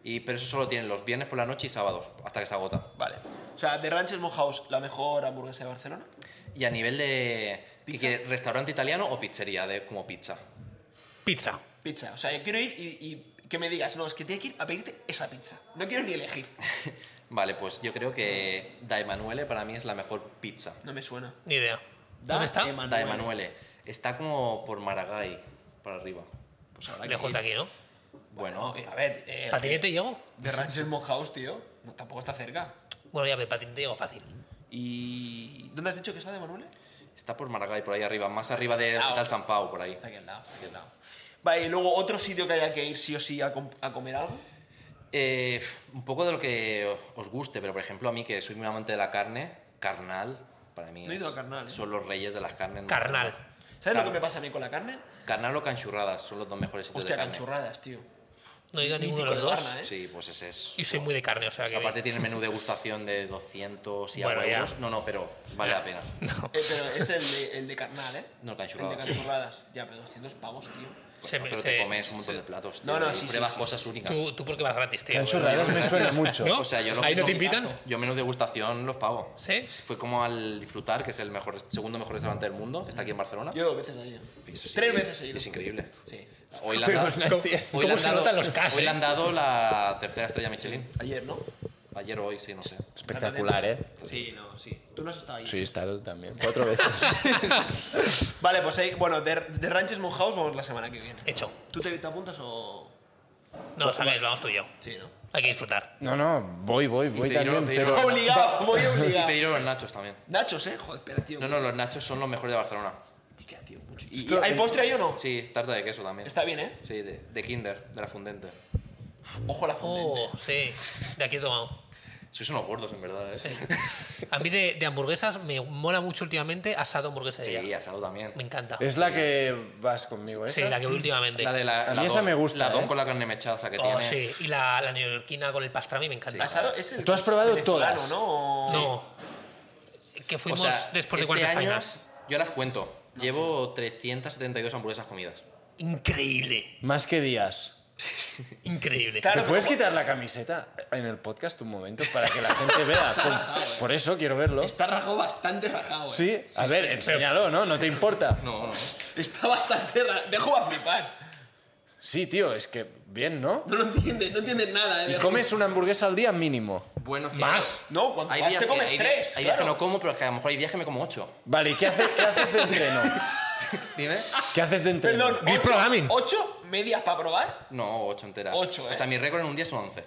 D: Y, pero eso solo tienen los viernes por la noche y sábados, hasta que se agota.
A: Vale. O sea, de Ranch Smokehouse, la mejor hamburguesa de Barcelona.
D: Y a nivel de ¿qué
A: Pizza.
D: quieres, restaurante italiano o pizzería, de como pizza.
E: Pizza.
A: Pizza. O sea, yo quiero ir y, y que me digas, no, es que tienes que ir a pedirte esa pizza. No quiero ni elegir.
D: Vale, pues yo creo que Da Emanuele para mí es la mejor pizza.
A: No me suena.
E: Ni idea.
A: Da
E: ¿Dónde está?
A: Emanuele.
D: Da Emanuele está como por Maragall para arriba.
A: Pues habrá que
E: Lejos
A: ir.
E: de aquí, ¿no?
D: Bueno,
A: Eh, A ver, eh,
E: ¿Patinete llego?
A: de Ranch Smokehouse, tío. No, tampoco está cerca.
E: Bueno, ya, pero patinete llego fácil.
A: ¿Y dónde has dicho que está de Emanuele?
D: está por Maragall por ahí arriba, más arriba de
A: Ah,
D: Hospital
A: ok.
D: San Pau por ahí.
A: Está aquí al lado, está aquí al lado. Vale, y luego otro sitio que haya que ir sí o sí a, com- a comer algo.
D: Eh, un poco de lo que os guste, pero por ejemplo a mí que soy muy amante de la carne, carnal, para mí
A: No he
D: es-
A: ido a carnal, ¿eh?
D: son los reyes de las carnes. ¿no?
E: Carnal.
A: ¿Sabes
D: Claro.
A: lo que me pasa a mí con la carne?
D: Carnal o canchurradas son los dos mejores sitios
A: Hostia,
D: de carne.
A: canchurradas, tío. Eh,
E: No digo ninguno de los
A: Mítico de
E: dos.
A: Barna, ¿eh?
D: Sí, pues ese es.
E: Y soy muy de carne, o sea que.
D: Aparte tiene menú degustación de 200 y
E: Bueno,
D: algo
E: ya.
D: euros. No, no, pero vale la pena.
A: Eh, pero este es el de, el de carnal, ¿eh?
D: No, que hay
A: El de
D: churradas.
A: canchurradas. Ya, pero 200 pavos, tío.
E: se me-
D: pero
E: se-
D: te comes un montón de platos. tío,
A: No, no,
D: y
A: sí, sí,
D: Pruebas
A: sí,
D: cosas únicas.
E: Tú, tú porque vas gratis, tío.
C: Canchurradas me suena mucho.
E: ¿No?
D: O sea, yo lo
E: Ahí
D: que
E: no te
D: son-
E: invitan.
D: Yo menos degustación los pago.
E: ¿Sí?
D: Fue como al disfrutar, que es el mejor, segundo mejor restaurante del mundo, que está aquí en Barcelona.
A: Yo dos veces allí.
D: Eso es
A: Tres
D: increíble.
A: veces seguido.
D: Es increíble.
A: Sí.
D: Hoy le han dado,
C: Fuimos una ¿Cómo- hostia.
D: hoy le
E: Pues, cómo
D: han
E: se
D: dado-
E: notan los cas,
D: hoy le
E: eh?
D: han dado la tercera estrella Michelin.
A: Ayer, ¿no?
D: Ayer o hoy, sí, no sé.
C: Espectacular, ¿eh?
A: Sí, no, sí. Tú no has estado ahí.
C: Sí, está también. Cuatro veces.
A: Vale, pues ahí, bueno, de, de Ranches Monhouse vamos la semana que viene.
C: Eh.
E: Hecho.
A: ¿Tú te, te apuntas o...?
E: No, sabes, vamos tú y yo.
A: Sí, ¿no?
E: Hay que disfrutar.
C: No, no, voy, voy, voy
D: Pedro,
C: también,
D: Pedro.
C: pero...
A: Obligado, voy
D: Y
A: obligado.
D: pidieron los nachos también.
A: Nachos, ¿eh? Joder, espera, tío.
D: No, no, los nachos son los mejores de Barcelona.
A: Hostia, tío, mucho. ¿Y, y hay postre ahí o no?
D: Sí, tarta de queso también.
A: Está bien, ¿eh?
D: Sí, de, de Kinder, de la fundente.
A: Ojo a la fondente.
E: Oh, sí. De aquí he tomado.
D: Sois unos gordos, en verdad, ¿eh? Sí,
E: A mí de, de hamburguesas me mola mucho últimamente asado hamburguesa de ella.
D: asado también.
E: Me encanta.
C: Es la que vas conmigo, ¿eh?
E: Sí, la que voy últimamente.
D: La de la,
C: A
D: la
C: mí esa
D: don-
C: me gusta,
D: La don
C: ¿eh?
D: con la carne mechada esa que
E: Oh,
D: tiene.
E: sí. Y la, la neoyorquina con el pastrami me encanta.
A: Asado es el
C: Tú has probado
A: venezolano,
C: todas.
A: ¿no? O-
E: No. Que
D: O
E: fuimos
D: sea,
E: después de
D: este
E: cuarenta
D: año, yo las cuento. Llevo 372 hamburguesas comidas.
E: Increíble.
C: Más que días.
E: Increíble.
A: Claro,
C: ¿Te puedes
A: pero-
C: quitar la camiseta en el podcast un momento para que la gente vea? Por, por eso quiero verlo.
A: Está rajado bastante rajado, ¿eh?
C: Sí, a ver, enséñalo, ¿no? No te importa.
D: No, no.
A: Está bastante rajado. Dejo a flipar.
C: Sí, tío, es que bien, ¿no?
A: No lo entiendes, no entiendes nada, ¿eh?
C: Y
A: Dejo-
C: comes una hamburguesa al día mínimo.
D: Buenos que
E: Más.
A: No, cuando
D: Hay
A: vas
D: días,
A: te
D: que,
A: comes
D: hay, días-
A: tres.
D: hay días
A: claro.
D: que no como, pero es que a lo mejor hay días que me como 8.
C: Vale, ¿y qué, hace- qué haces de entreno?
D: Dime.
C: ¿Qué haces de entreno?
A: Perdón,
E: Good
A: ocho-
E: programming.
A: ocho medias para probar.
D: No, 8 enteras.
A: Ocho, ¿eh?
D: O sea, mi récord en un día son 11.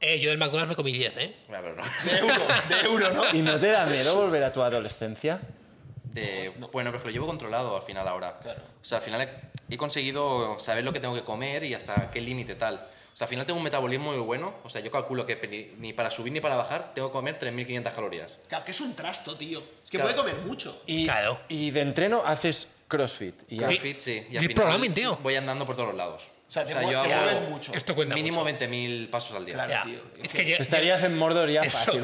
E: Eh, yo del McDonald's me comí 10, ¿eh?
D: Ya, pero no.
A: De euro, de euro, ¿no?
C: ¿Y no te da miedo volver a tu adolescencia?
D: De- Bueno, pero es que lo llevo controlado al final ahora.
A: Claro.
D: O sea, al final he, he conseguido saber lo que tengo que comer y hasta qué límite tal. O sea, al final tengo un metabolismo muy bueno. O sea, yo calculo que ni- ni para subir ni para bajar tengo que comer 3.500 calorías.
A: Claro, que es un trasto, tío. Es que
D: Claro.
A: puede comer mucho.
C: Y,
E: Claro.
C: y de entreno haces crossfit. Y
E: Crossfit.
D: Fit, sí. Y
E: Good programming, tío.
D: Voy andando por todos los lados.
A: O sea, te, mue-
D: yo
A: te
D: hago
A: mueves mucho.
E: Esto cuenta
D: mínimo
E: mucho.
D: 20.000 pasos al día.
A: Claro.
E: Ya.
A: tío.
E: Es que yo-
C: estarías en Mordor ya
E: Eso.
C: fácil.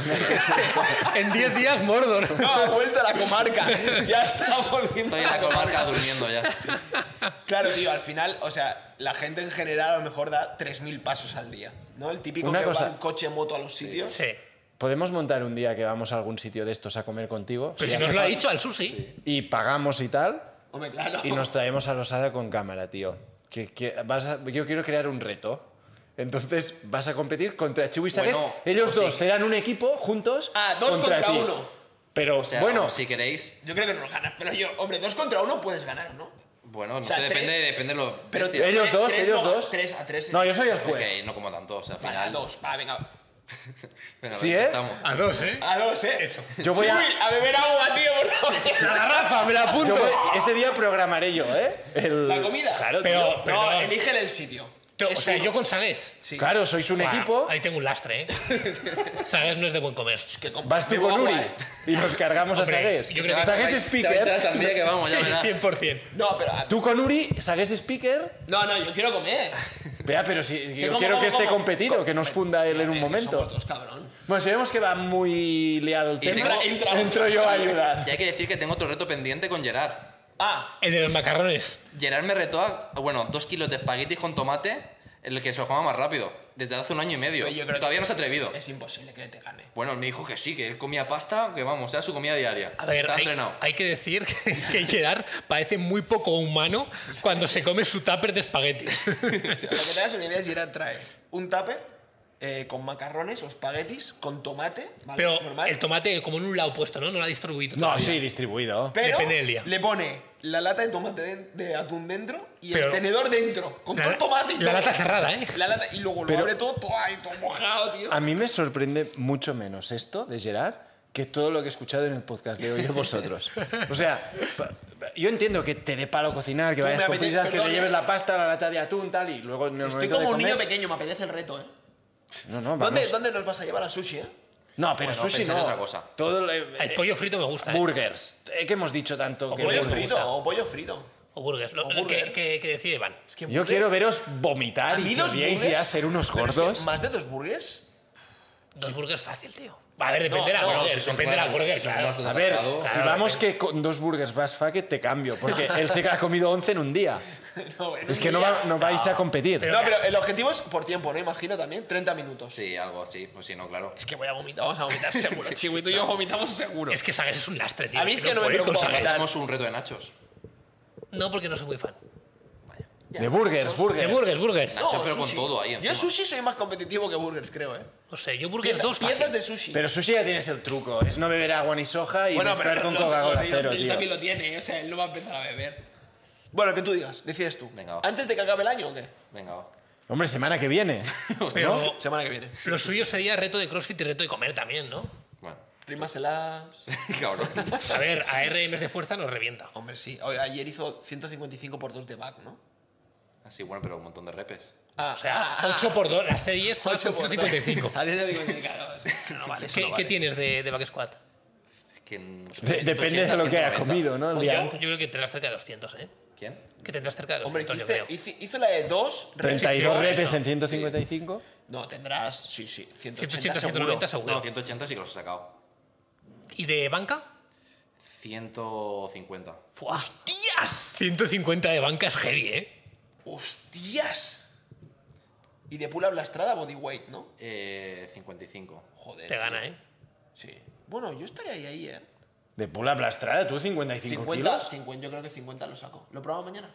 E: en 10 días Mordor.
A: No, Ah, ha vuelto a la comarca. Ya está volviendo.
D: Estoy en
A: a
D: la comarca durmiendo ya.
A: Claro, tío, al final, o sea, la gente en general a lo mejor da 3.000 pasos al día. ¿No? El típico
C: Una
A: que
C: cosa-
A: va en coche, moto a los sitios.
E: Sí.
C: Podemos montar un día que vamos a algún sitio de estos a comer contigo
E: Pero si nos lo ha dicho al sushi.
C: y pagamos y tal.
A: Hombre, claro.
C: Y nos traemos a Rosada con cámara, tío. Que, que vas a- yo quiero crear un reto. Entonces vas a competir contra Chihu y Sagues.
D: Bueno,
C: Ellos
D: o
C: dos
D: sí.
C: serán un equipo juntos.
A: pues Ah, dos contra
C: ti.
A: uno.
C: Pero
D: O sea,
C: bueno,
D: si queréis.
A: Yo creo que no lo ganas, pero yo, hombre, dos contra uno puedes ganar, ¿no?
D: Bueno, no
A: O sea,
D: sé, depende,
A: tres-
D: depende de los.
A: Pero
D: bestias.
C: ellos
A: tres-
C: dos,
A: tres
C: ellos
A: no-
C: dos.
A: tres a tres.
C: No, yo soy el
D: Es
C: juez.
D: que no como tanto, o sea, al
A: Vale, a
D: final.
A: dos, va, venga.
D: Venga,
C: Sí,
D: lo
C: ¿eh?
D: intentamos.
E: A dos, ¿eh?
A: A dos, ¿eh?
E: Hecho.
C: Yo voy
A: Sí,
C: a-
A: uy, a beber agua, tío, por favor.
E: la Rafa, me la
C: yo
E: apunto.
C: voy- ese día programaré yo, ¿eh? El-
A: ¿La comida?
C: Claro,
E: Pero-
C: tío.
E: pero-
A: No, eligen el sitio.
E: o sea, yo con Sagues.
A: Sí.
C: Claro, sois un
E: Buah,
C: equipo.
E: Ahí tengo un lastre, ¿eh? Sagues no es de buen comer.
A: Que comp-
C: Vas tú
A: bebo
C: con
A: agua,
C: Uri
A: ¿eh?
C: y nos cargamos a
E: Hombre,
C: Sagues.
E: yo creo
C: Sagues
E: que-
D: Se va- se va a
C: speaker.
D: entrar al día que vamos, ya verás.
E: 100%.
A: No, pero. a-
C: Tú con Uri, Sagues speaker.
A: No, no, yo quiero comer.
C: Vea, pero si yo
A: cómo,
C: quiero
A: cómo,
C: que esté
A: cómo?
C: competido, que nos funda él en un
A: Eh,
C: momento.
A: Somos dos, cabrón.
C: Bueno, si vemos que va muy liado el tema,
D: tengo-
A: entra-
C: entro yo a ayudar.
D: Y hay que decir que tengo otro reto pendiente con Gerard.
A: Ah,
E: El de los macarrones.
D: Gerard me retó a, bueno, dos kilos de espaguetis con tomate, el que se lo coma más rápido, desde hace un año y medio.
A: Pero yo creo que
D: Todavía
A: sí.
D: no se ha atrevido.
A: es imposible que te gane.
D: Bueno, él me dijo que sí, que él comía pasta, que vamos, era su comida diaria.
E: A ver,
D: Está
E: hay,
D: entrenado.
E: hay que decir que, que Gerard parece muy poco humano cuando se come su tupper de espaguetis.
A: O sea, Para que te hagas una idea, Gerard trae un tupper eh, con macarrones o espaguetis, con tomate, ¿vale?
E: Pero
A: Normal.
E: el tomate como en un lado puesto, ¿no? No lo ha distribuido.
C: No,
E: todavía.
C: sí, distribuido.
A: Pero
E: Depende del día.
A: le pone la lata de tomate de, de atún dentro y
E: Pero-
A: el tenedor dentro, con
E: La-
A: todo el tomate y todo.
E: la lata cerrada, ¿eh?
A: La lata, y luego
C: Pero-
A: lo abre todo, todo, ahí, todo mojado, tío.
C: A mí me sorprende mucho menos esto de Gerard que todo lo que he escuchado en el podcast de hoy de vosotros. O sea, pa- pa- yo entiendo que te dé palo cocinar, que
A: Tú me
C: vayas con
A: apetece-
C: prisas, que te
A: perdón. eh.
C: lleves la pasta, la lata de atún, tal, y luego en el
A: Estoy
C: momento
A: como un
C: de
A: niño
C: comer-
A: pequeño, me apetece el reto, ¿eh?
C: No, no, vamos.
A: ¿Dónde, ¿Dónde nos vas a llevar a sushi, eh?
C: No, pero
D: Bueno,
C: sushi
D: pensar
C: no.
D: en otra cosa.
C: Todo lo-
E: El pollo frito me gusta. ¿eh?
C: burgers. Eh, que hemos dicho tanto que
A: Pollo
C: burgers.
A: frito, o pollo frito.
E: O burgers, lo,
A: O
E: lo que,
A: burger.
E: que- que decide Iván.
A: Es que
C: Yo
A: burger-
C: quiero veros vomitar
A: a mí
C: y que
A: dos
C: odiéis
A: burgers-
C: ya ser unos
A: pero es que
C: gordos.
A: ¿Más de dos burgers?
E: Dos burgers fácil, tío. Va, a ver, depende de la
D: No,
E: burger.
D: si son
E: depende de la
D: buenas,
E: burger,
D: si son
E: claro.
D: buenas,
C: A ver,
D: Claro,
C: si
E: claro.
C: vamos que con dos burgers vas que te cambio, porque él se ha comido 11 en un día.
A: No, bueno.
C: Es que no, va- no vais
A: Ah.
C: a competir.
A: No, pero el objetivo es por tiempo, ¿no? Imagino también, 30 minutos.
D: Sí, algo así, pues sí, no, claro.
E: Es que voy a vomitar, vamos a vomitar seguro.
B: Chihu y tú y yo vomitamos seguro.
E: es que Sagas es un lastre, tío.
A: A mí es que no me
E: puedo ir con
A: preocupa
E: Sagas.
A: vomitar.
D: Hacemos un reto de nachos.
E: No, porque no soy muy fan.
C: De burgers, burgers.
E: De burgers, burgers.
D: Nacho, pero con todo ahí encima.
A: Yo sushi soy más competitivo que burgers, creo, ¿eh?
E: No sé, yo burgers
A: Pieza-
E: dos
A: piezas
E: fácil.
A: de sushi.
C: Pero sushi ya tienes el truco, es no beber agua ni soja y mezclar con
B: lo-
C: Coca-Cola
B: lo-
C: cero,
B: él
C: tío.
B: también lo
A: ¿eh?
B: tiene, o sea, él lo va a empezar a beber.
A: Bueno, que tú digas, decides tú.
D: Venga, va.
A: ¿Antes de que acabe el año o qué?
D: Venga, va.
C: Hombre, semana que viene. ¿no?
E: Pero
A: Semana que viene.
E: lo suyo sería reto de crossfit y reto de comer también, ¿no?
D: Bueno,
A: Rímaselas.
D: cabrón.
E: A ver, a RMs de fuerza nos revienta.
A: Hombre, sí. Oye, Ayer hizo 155 por 2 de back, ¿no?
D: Así, bueno, pero un montón de repes.
A: Ah,
E: O sea, 8 por 2, las series, todas con 155.
A: A día de hoy, claro, sí.
E: No, vale.
A: Eso
E: ¿Qué,
A: no Ah,
E: qué
A: vale.
E: tienes de, de back squat?
D: Es que en-
C: De-
D: 180,
C: depende de lo que haya
D: 190.
C: comido, ¿no? El
E: Yo,
C: día
E: Pues yo
C: antes.
E: creo que tendrás cerca de 200, ¿eh?
D: ¿Quién?
E: Que tendrás cerca de
A: Hombre,
E: 200, yo
A: hiciste-
E: creo.
A: hici- hizo la de 2.
C: 32
E: sí, sí,
C: reps
E: eso.
C: en 155.
A: No, tendrás, sí, sí, 180,
E: 180,
A: seguro.
E: 190 seguro.
D: No, 180 sí que los he sacado.
E: ¿Y de banca?
D: 150.
A: ¡Hostias!
E: 150 de banca es heavy, ¿eh?
A: ¡Hostias! Y de pula blastrada, bodyweight, ¿no?
D: Eh, 55.
A: Joder.
E: Te
A: tío.
E: gana, ¿eh?
A: Sí. Bueno, yo estaría ahí, ahí, ¿eh?
C: De pula aplastrada, tú 55
A: 50,
C: kilos.
A: 50, yo creo que 50 lo saco. ¿Lo probamos mañana?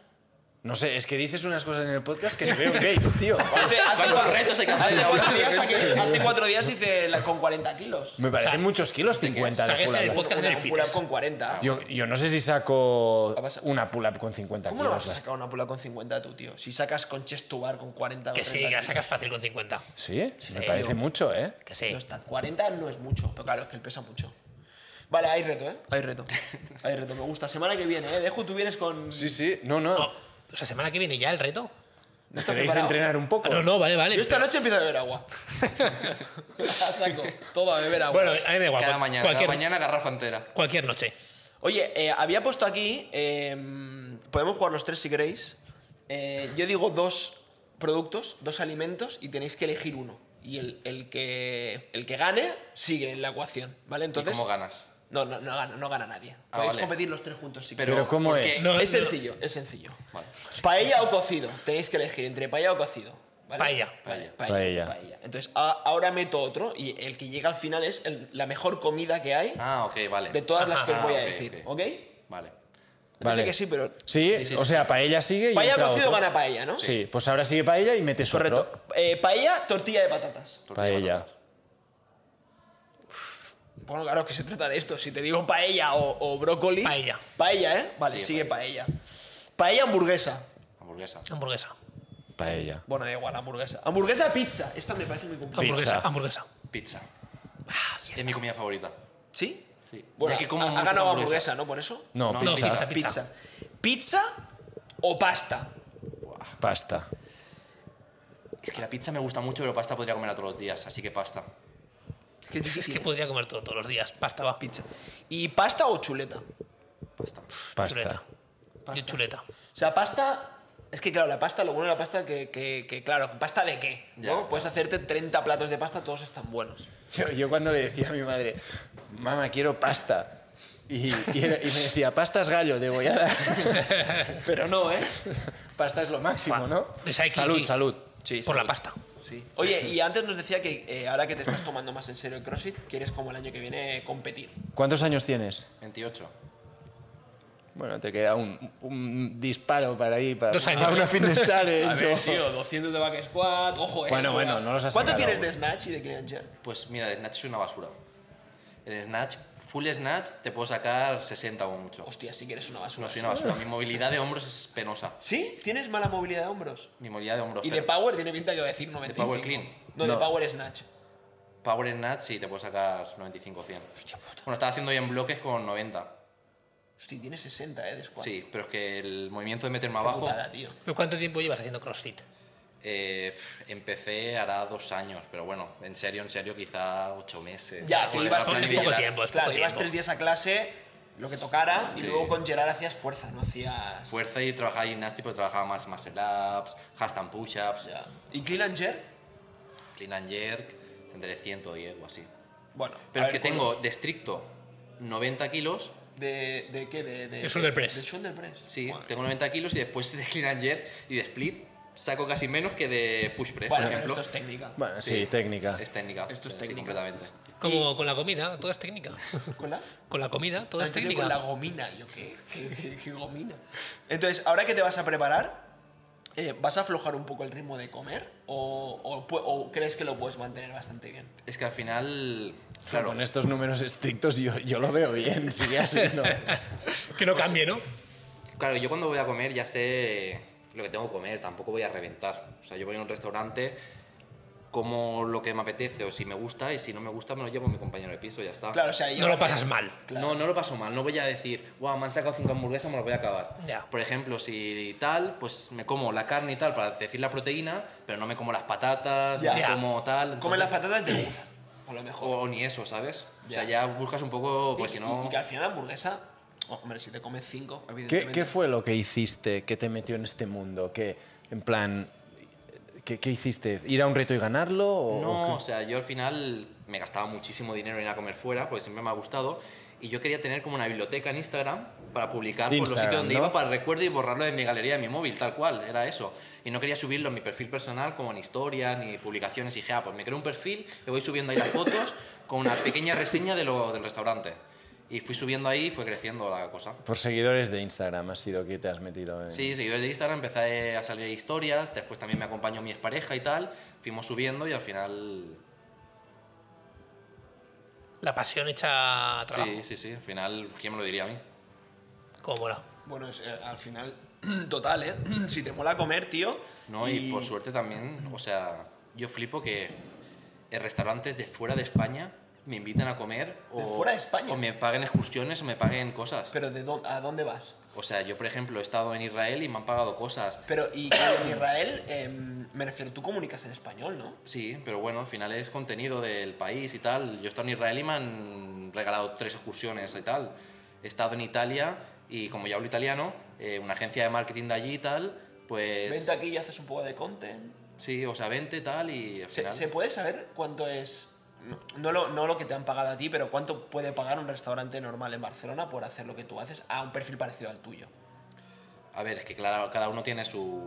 C: No sé, es que dices unas cosas en el podcast que te veo gay, tío.
A: Hace, hace,
D: ¿Cuántos retos hay que hacer
A: hace cuatro días,
D: ahora?
A: saqué- hace cuatro días hice la, con 40 kilos.
C: Me parecen
E: Sa-
C: muchos kilos 50 de
E: saques
C: pull-up.
E: el podcast en
A: Una
E: el
A: pull-up
E: fitness.
A: con 40.
C: Yo, yo no sé si saco
A: Ah, vas a-
C: una pull-up con 50
A: ¿Cómo no
C: kilos.
A: vas a sacar una pula con 50 tú, tío? Si sacas con chest to bar con 40 o
E: Que sí,
A: 30
E: que la
A: kilos.
E: sacas fácil con 50.
C: ¿Sí? Me
E: Sí,
C: parece
E: yo-
C: mucho, ¿eh?
E: Que sí.
A: No está. 40 no es mucho, pero claro, es que él pesa mucho. Vale, hay reto, ¿eh? Hay reto. Hay reto, me gusta. Semana que viene, ¿eh? Dejo, tú vienes con...
C: Sí, sí. No, no.
E: No, o sea, semana que viene ya el reto.
A: ¿No estás
C: ¿Queréis
A: preparado?
C: entrenar un poco?
E: Ah, no, no, vale, vale.
A: Yo esta noche empiezo a beber agua. La saco. Todo a beber agua.
E: Bueno, eh, a mí me da igual.
D: Cada
E: cual-
D: mañana,
E: cualquier,
D: cada mañana garrafa entera.
E: cualquier noche.
A: Oye, eh, había puesto aquí... eh, podemos jugar los tres si queréis. Eh, yo digo dos productos, dos alimentos y tenéis que elegir uno. Y el, el que, el que gane sigue en la ecuación, ¿vale? Entonces...
D: ¿Y cómo ganas?
A: No, no, no, gana, no gana nadie.
D: Ah,
A: Podéis
D: vale.
A: competir los tres juntos si
D: Pero,
C: Pero ¿cómo
D: ¿por qué?
C: es?
E: No,
A: es
E: no.
A: sencillo, es sencillo.
D: Vale.
A: Paella o cocido. Tenéis que elegir entre paella o cocido. ¿vale?
E: Paella.
A: Vale,
C: Paella.
A: paella. paella. Entonces, a- ahora meto otro y el que llega al final es el- la mejor comida que hay
D: Ah, ok, vale.
A: de todas las que os
D: Ah,
A: voy a
D: ok,
A: decir.
D: ok.
A: ¿Ok?
D: Vale.
A: Parece que sí, pero.
C: Sí, o sea, paella sigue y
A: Paella o
C: entra
A: cocido
C: otro.
A: gana paella, ¿no?
C: Sí, pues ahora sigue paella y metes otro.
A: Correcto. Eh, paella, tortilla de patatas.
D: Tortilla de
C: Paella.
D: patatas.
A: Bueno, claro que se trata de esto. Si te digo paella o, o brócoli.
E: Paella.
A: Paella, ¿eh? Vale,
D: Sí,
A: sigue paella. Paella, hamburguesa.
D: Hamburguesa.
E: Hamburguesa.
C: Paella.
A: Bueno, da igual, hamburguesa. Hamburguesa pizza. Esta me parece muy complicada.
E: Hamburguesa.
C: Pizza.
E: Hamburguesa.
D: Pizza. es mi comida favorita.
A: ¿Sí?
D: Sí.
A: Bueno,
D: Ya que como
A: ha- ha
D: muchas
A: ganado
D: hamburguesas.
A: hamburguesa, ¿no? Por eso.
C: No,
D: No,
E: No,
C: pizza.
E: pizza, pizza.
A: Pizza. ¿Pizza o pasta?
C: Pasta.
D: Es que la pizza me gusta mucho, pero pasta podría comerla todos los días, así que pasta.
A: Es que es
E: Es
A: difícil,
E: que
A: ¿eh?
E: podría comer todo todos los días. Pasta va.
A: Pizza. ¿Y pasta o chuleta?
D: Pasta.
C: Pasta.
E: Chuleta. Yo chuleta.
A: O sea, pasta... Es que claro, la pasta, lo bueno de la pasta que, que, que, claro, ¿pasta de qué? ¿no?
D: Ya,
A: Puedes hacerte 30 platos de pasta, todos están buenos.
C: Yo, yo cuando le decía a mi madre, mamá, quiero pasta. Y, y era- y me decía, pasta es gallo, digo, ya.
A: Pero no, ¿eh?
C: Pasta es lo máximo, ¿no?
E: Recycling,
C: Salud,
E: sí.
C: salud.
A: Sí,
E: Por la
A: seguro.
E: pasta.
A: Sí. Oye, y antes nos decía que eh, ahora que te estás tomando más en serio el CrossFit, quieres como el año que viene competir.
C: ¿Cuántos años tienes?
D: 28.
C: Bueno, te queda un, un disparo para ir para
E: Dos años.
C: a una fitness
A: A
C: challenge.
A: ver,
C: o-
A: tío, 200 de back squat, ojo, eh. cuidado.
C: Bueno, bueno, no los has
A: ¿Cuánto
C: sacado
A: tienes
C: aún.
A: de snatch y de clean and jerk?
D: Pues mira, de Snatch soy una basura. En Snatch, full Snatch, te puedo sacar 60 o mucho.
A: Hostia, sí que eres una basura.
D: No soy una basura. Mi movilidad de hombros es penosa.
A: ¿Sí? ¿Tienes mala movilidad de hombros?
D: Mi movilidad de hombros.
A: Y de
D: pero-
A: power tiene pinta que va a decir 95.
D: power clean.
A: No, de
C: No.
A: power snatch.
D: Power Snatch sí te puedo sacar 95 o 100. Bueno, estaba haciendo hoy en bloques con 90.
A: Hostia, tiene 60, ¿eh? De squat.
D: Sí, pero es que el movimiento de meterme
A: Qué
D: abajo.
A: putada, tío.
E: ¿Pero cuánto tiempo llevas haciendo CrossFit?
D: eh, pf, empecé hará dos años, pero bueno, en serio, en serio, quizá ocho meses.
A: Ya,
D: Así
A: que
D: de
A: ibas
D: la
A: tres
E: es poco
A: días.
D: pandemia.
E: tiempo, es
A: claro,
E: poco
A: ibas
E: tiempo.
A: tres días a clase, lo que tocara
D: Sí.
A: y luego con Gerard hacías fuerza, no hacías...
D: Fuerza y trabajaba gimnástica, pero trabajaba más muscle ups, handstand push-ups,
A: Ya. ¿Y Clean and Jerk?
D: clean and jerk, tendré 110 o así.
A: Bueno,
D: Pero
A: a
D: es que
A: ver,
D: tengo
A: ¿cuántos?
D: de estricto 90 kilos,
A: ¿De, de qué? De,
E: De shoulder press.
A: De shoulder press.
D: sí, tengo 90 kilos y después de clean and jerk y de split saco casi menos que de push press,
A: Bueno,
D: por
A: pero
D: ejemplo.
A: esto es técnica.
C: Bueno, sí, técnica.
D: Es técnica.
A: Esto es
D: sí,
A: técnica.
D: completamente.
E: Como con la comida, todo es técnica.
A: ¿Con la?
E: Con la comida, todo
A: Ah,
E: es
A: yo digo, la
E: técnica.
A: gomina, yo qué, qué, qué- qué gomina. Entonces, ahora que te vas a preparar, eh, ¿vas a aflojar un poco el ritmo de comer o, o pu- o crees que lo puedes mantener bastante bien?
D: Es que al final,
C: Claro.
D: claro,
C: Con estos números estrictos yo, yo lo veo bien, sigue así, ¿no?
E: Que no cambie, ¿no?
D: Claro, yo cuando voy a comer ya sé lo que tengo que comer, tampoco voy a reventar. O sea, yo voy a un restaurante como lo que me apetece o si me gusta y si no me gusta me lo llevo a mi compañero de piso y ya está.
A: Claro, o sea,
E: No lo pasas mal.
D: No, no lo paso mal, no voy a decir, wow, me han sacado cinco hamburguesas, me lo voy a acabar.
E: Ya.
D: Por ejemplo, si tal, pues me como la carne y tal para decir la proteína, pero no me como las patatas,
A: Ya.
D: no
E: Ya.
D: como tal.
A: Come
D: entonces-
A: las patatas de una, a lo mejor.
D: o, o ni eso, ¿sabes? O sea,
A: Ya.
D: ya buscas un poco, pues
A: y,
D: si
A: y-
D: no...
A: y que al final la hamburguesa, oh, hombre, si te comes cinco,
C: ¿Qué,
A: evidentemente.
C: qué fue lo que hiciste que te metió en este mundo? Que, en plan, ¿qué, qué hiciste? ¿Ir a un reto y ganarlo? O,
D: No,
C: o
D: o sea, yo al final me gastaba muchísimo dinero en ir a comer fuera, porque siempre me ha gustado. Y yo quería tener como una biblioteca en Instagram para publicar por los
C: Instagram,
D: sitios donde
C: ¿no?
D: iba para el recuerdo y borrarlo de mi galería de mi móvil, tal cual, era eso. Y no quería subirlo en mi perfil personal como ni historias ni publicaciones. Y dije, ah, pues me creo un perfil y voy subiendo ahí las fotos con una pequeña reseña de lo, del restaurante. Y fui subiendo ahí y fue creciendo la cosa.
C: Por seguidores de Instagram ha sido que te has metido en...
D: Sí, seguidores de Instagram, empecé a salir historias, después también me acompañó mi expareja y tal, fuimos subiendo y al final
E: La pasión hecha trabajo.
D: Sí, sí, sí. Al final, ¿quién me lo diría a mí?
E: Como mola.
A: Bueno, es, eh, al final, total, ¿eh? si te mola comer, tío.
D: ¿No? Y... por suerte también, o sea, yo flipo que en restaurantes de fuera de España me invitan a comer o,
A: ¿De fuera de España?
D: o me paguen excursiones o me paguen cosas.
A: Pero ¿de dónde, ¿a dónde vas?
D: O sea, yo por ejemplo he estado en Israel y me han pagado cosas.
A: Pero, y en Israel, em, me refiero, tú comunicas en español, ¿no?
D: Sí, pero bueno, al final es contenido del país y tal. Yo he estado en Israel y me han regalado tres excursiones y tal. He estado en Italia y como yo hablo italiano, eh, una agencia de marketing de allí y tal, pues...
A: Vente aquí y haces un poco de content.
D: Sí, o sea, vente tal y al
A: ¿Se,
D: final...
A: se puede saber cuánto es.? No, no lo, no lo que te han pagado a ti, pero cuánto puede pagar un restaurante normal en Barcelona por hacer lo que tú haces a un perfil parecido al tuyo.
D: A ver, es que claro, cada uno tiene su,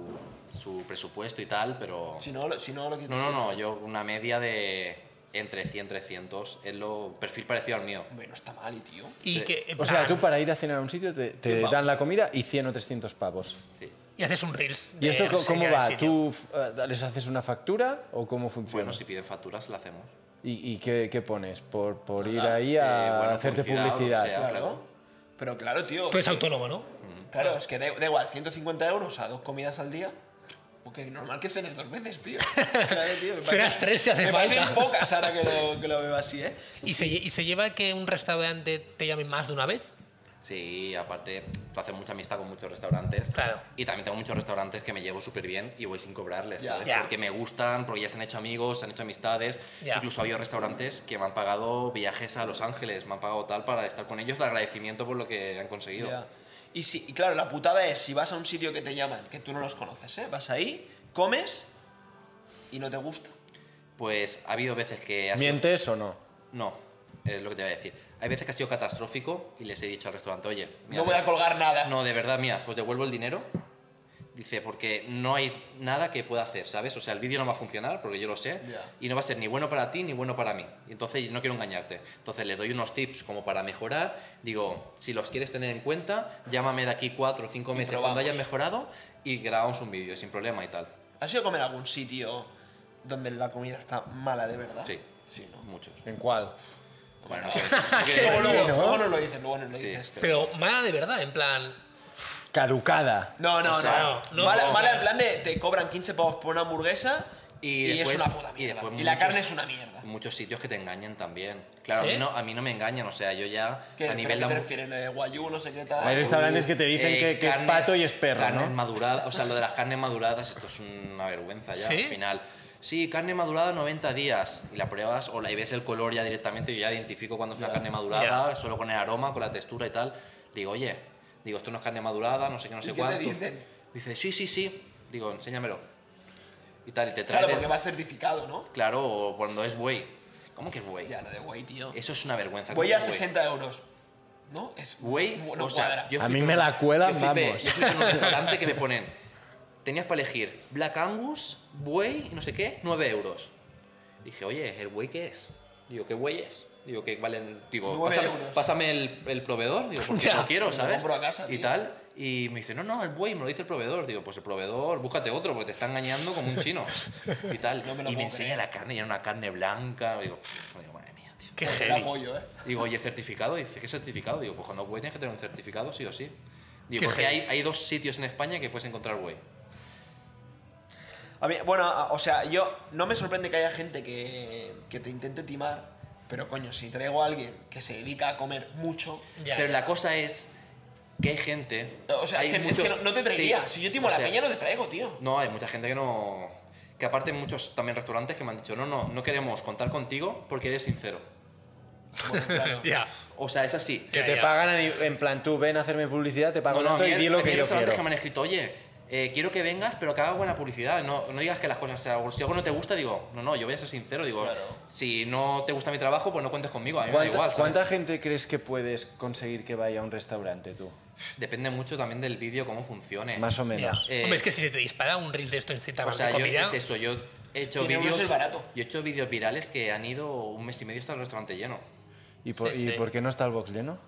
D: su presupuesto y tal, pero...
A: Si no, lo- si no lo que
D: No, no, no, yo una media de entre 100, 300 es lo perfil parecido al mío.
A: Hombre, no está mal, y tío.
E: Y
D: Sí.
E: que. en
C: O sea,
E: plan,
C: tú para ir a cenar a un sitio te, te
A: pavos.
C: dan la comida y 100 o 300 pavos.
D: Sí.
E: Y haces un reels.
C: ¿Y esto
E: de
C: co- cómo
E: reseña del
C: va?
E: sitio.
C: ¿Tú eh, les haces una factura o cómo funciona?
D: Bueno, si piden facturas, la hacemos.
C: ¿Y, y qué, qué pones? ¿Por, por ir
D: Nada,
C: ahí a
D: eh, bueno,
C: hacerte
D: publicidad o lo que
C: publicidad?
D: sea. claro.
A: Pero claro, tío.
E: Tú eres autónomo, ¿no?
A: Claro, es que da, da igual, 150 euros a dos comidas al día. Porque normal que cenes dos veces, tío. Claro, tío. me parece-
E: Cenas tres si hace
A: me
E: falta.
A: parecen pocas ahora que lo, que lo veo así, ¿eh?
E: ¿Y se, lle- ¿Y se lleva que un restaurante te llame más de una vez?
D: Sí, aparte, tú haces mucha amistad con muchos restaurantes.
E: Claro.
D: Y también tengo muchos restaurantes que me llevo súper bien y voy sin cobrarles,
A: Ya.
D: ¿sabes?
E: Ya.
D: Porque me gustan, porque ya se han hecho amigos, se han hecho amistades.
E: Ya.
D: Incluso había restaurantes que me han pagado viajes a Los Ángeles, me han pagado tal para estar con ellos de agradecimiento por lo que han conseguido.
A: Ya. Y, si, y claro, la putada es si vas a un sitio que te llaman, que tú no los conoces, ¿eh? Vas ahí, comes y no te gusta.
D: Pues ha habido veces que ha sido-
C: ¿Mientes o no?
D: No, es lo que te voy a decir. Hay veces que ha sido catastrófico y les he dicho al restaurante, oye, mira,
A: no voy a colgar nada.
D: no, de verdad, mira, os devuelvo el dinero. Dice, porque no hay nada que pueda hacer, ¿sabes? O sea, el vídeo no va a funcionar, porque yo lo sé,
A: Ya.
D: y no va a ser ni bueno para ti ni bueno para mí. Y Entonces, no quiero engañarte. Entonces, le doy unos tips como para mejorar. Digo, si los quieres tener en cuenta, llámame de aquí cuatro o cinco meses cuando
A: probamos.
D: hayas mejorado y grabamos un vídeo sin problema y tal.
A: ¿Has ido a comer a algún sitio donde la comida está mala de verdad?
D: Sí,
A: Sí, ¿no?
D: muchos.
C: ¿En cuál?
D: Bueno,
A: Luego,
D: que-
A: luego,
C: ¿no?
A: luego nos lo dices, luego nos lo
D: sí,
A: dices.
D: pero-
E: Pero mala de verdad, en plan.
C: Caducada.
A: No, no,
D: O sea,
A: no.
E: no,
A: mala,
E: no.
A: mala en plan de te cobran 15 pavos por una hamburguesa y,
D: Y, después,
A: es una puta
D: y
A: mierda. Y,
D: después
A: la
D: muchos-
A: carne es una mierda.
D: Muchos sitios que te engañan también. Claro, a,
E: ¿Sí?
D: mí no, a mí no me engañan, o sea, yo ya
A: ¿Qué,
D: a nivel de
A: ¿qué te
D: hambu-
A: refieres? ¿Lo de guayú, no sé qué tal?
C: Hay restaurantes que te dicen
D: eh,
C: que, que es
D: carnes-
C: pato y es perro,
D: carnes
C: ¿no?
D: maduradas, o sea, lo de las carnes maduradas, esto es una vergüenza ya,
E: ¿Sí?
D: al final. sí, carne madurada 90 días, y la pruebas o la y ves el color ya directamente, yo ya identifico cuando es una carne madurada, solo con el aroma, con la textura y tal. Digo, oye, digo, esto no es carne madurada, no sé qué, no sé
A: qué te
D: cuánto.
A: dicen?
D: Dice, sí, sí, sí. Digo, enséñamelo. Y tal, y te trae.
A: Claro, porque va certificado, ¿no?
D: Claro, o cuando es buey. ¿Cómo que es buey?
A: Ya, lo de güey, tío.
D: Eso es una vergüenza.
A: Voy
D: ¿cómo
A: a
D: que es buey?
A: 60 Pues euros. ¿No? Es
D: Güey,
A: no
D: o sea,
A: cuadra.
D: yo
F: A
D: flipé
F: mí me
D: con-
F: la cuelan,
D: yo flipé-
F: vamos.
D: Yo flipé en un restaurante que me ponen, tenías para elegir Black Angus, buey y no sé qué, 9 euros. Dije, oye, ¿el buey qué es? Digo, ¿qué buey es? Digo, que valen, digo,
A: Nueve
D: pásame,
A: euros.
D: pásame el, el proveedor, digo, porque
E: Ya.
D: no quiero,
A: Lo
D: ¿sabes?
A: compro a casa,
D: y
A: tío.
D: tal. Y me dice, no, no, el buey, me lo dice el proveedor. Digo, pues el proveedor, búscate otro, porque te está engañando como un chino. Y tal.
A: No me lo
D: y me
A: puedo
D: enseña la carne, y era una carne blanca. Digo, "Pff", digo, madre mía, tío.
E: Qué
A: Era
E: heavy.
A: pollo, ¿eh?
D: Digo, oye, certificado. Dice, ¿qué certificado? Digo, pues cuando güey tienes que tener un certificado, sí o sí. Digo,
E: Qué
D: porque hay,
E: heavy.
D: hay dos sitios en España que puedes encontrar güey.
A: A mí, bueno, a- o sea, yo no me sorprende que haya gente que, que te intente timar, pero coño, si traigo a alguien que se dedica a comer mucho.
E: Ya.
D: Pero la cosa es que hay gente.
A: O sea,
D: hay
A: es que, es que no, no te traería. si yo timo
D: o
A: a la
D: sea,
A: peña, no te traigo, tío.
D: No, hay mucha gente que no. Que aparte, muchos también restaurantes que me han dicho, no, no, no queremos contar contigo porque eres sincero.
A: Bueno, claro.
E: Ya.
D: O sea, es así.
F: Que
E: Ya,
F: te
E: ya.
F: pagan a ni- en plan, tú ven a hacerme publicidad, te pago
D: No, no, a
F: tanto
D: mí
F: y
D: hay-
F: di lo
D: a mí
F: que
D: hay
F: yo
D: restaurantes
F: quiero.
D: que me han escrito, oye, eh, quiero que vengas, pero que haga buena publicidad. No, no digas que las cosas, sean- si algo no te gusta, digo, no, no, yo voy a ser sincero, digo,
A: Claro.
D: si no te gusta mi trabajo, pues no cuentes conmigo, a mí me da
F: ¿Cuánta,
D: igual. ¿sabes?
F: cuánta gente crees que puedes conseguir que vaya a un restaurante tú?
D: Depende mucho también del vídeo, cómo funcione.
F: Más o
E: Ya.
F: menos.
D: Eh,
E: Hombre, es que si se te dispara un reel de esto en Z
D: O sea, yo,
E: comida,
D: es eso, yo he hecho
A: 100 euros
D: vídeos.
A: es barato.
D: Yo he hecho vídeos virales que han ido un mes y medio hasta el restaurante lleno.
F: ¿Y, por,
E: Sí,
F: y
E: sí.
F: por qué no está el box lleno?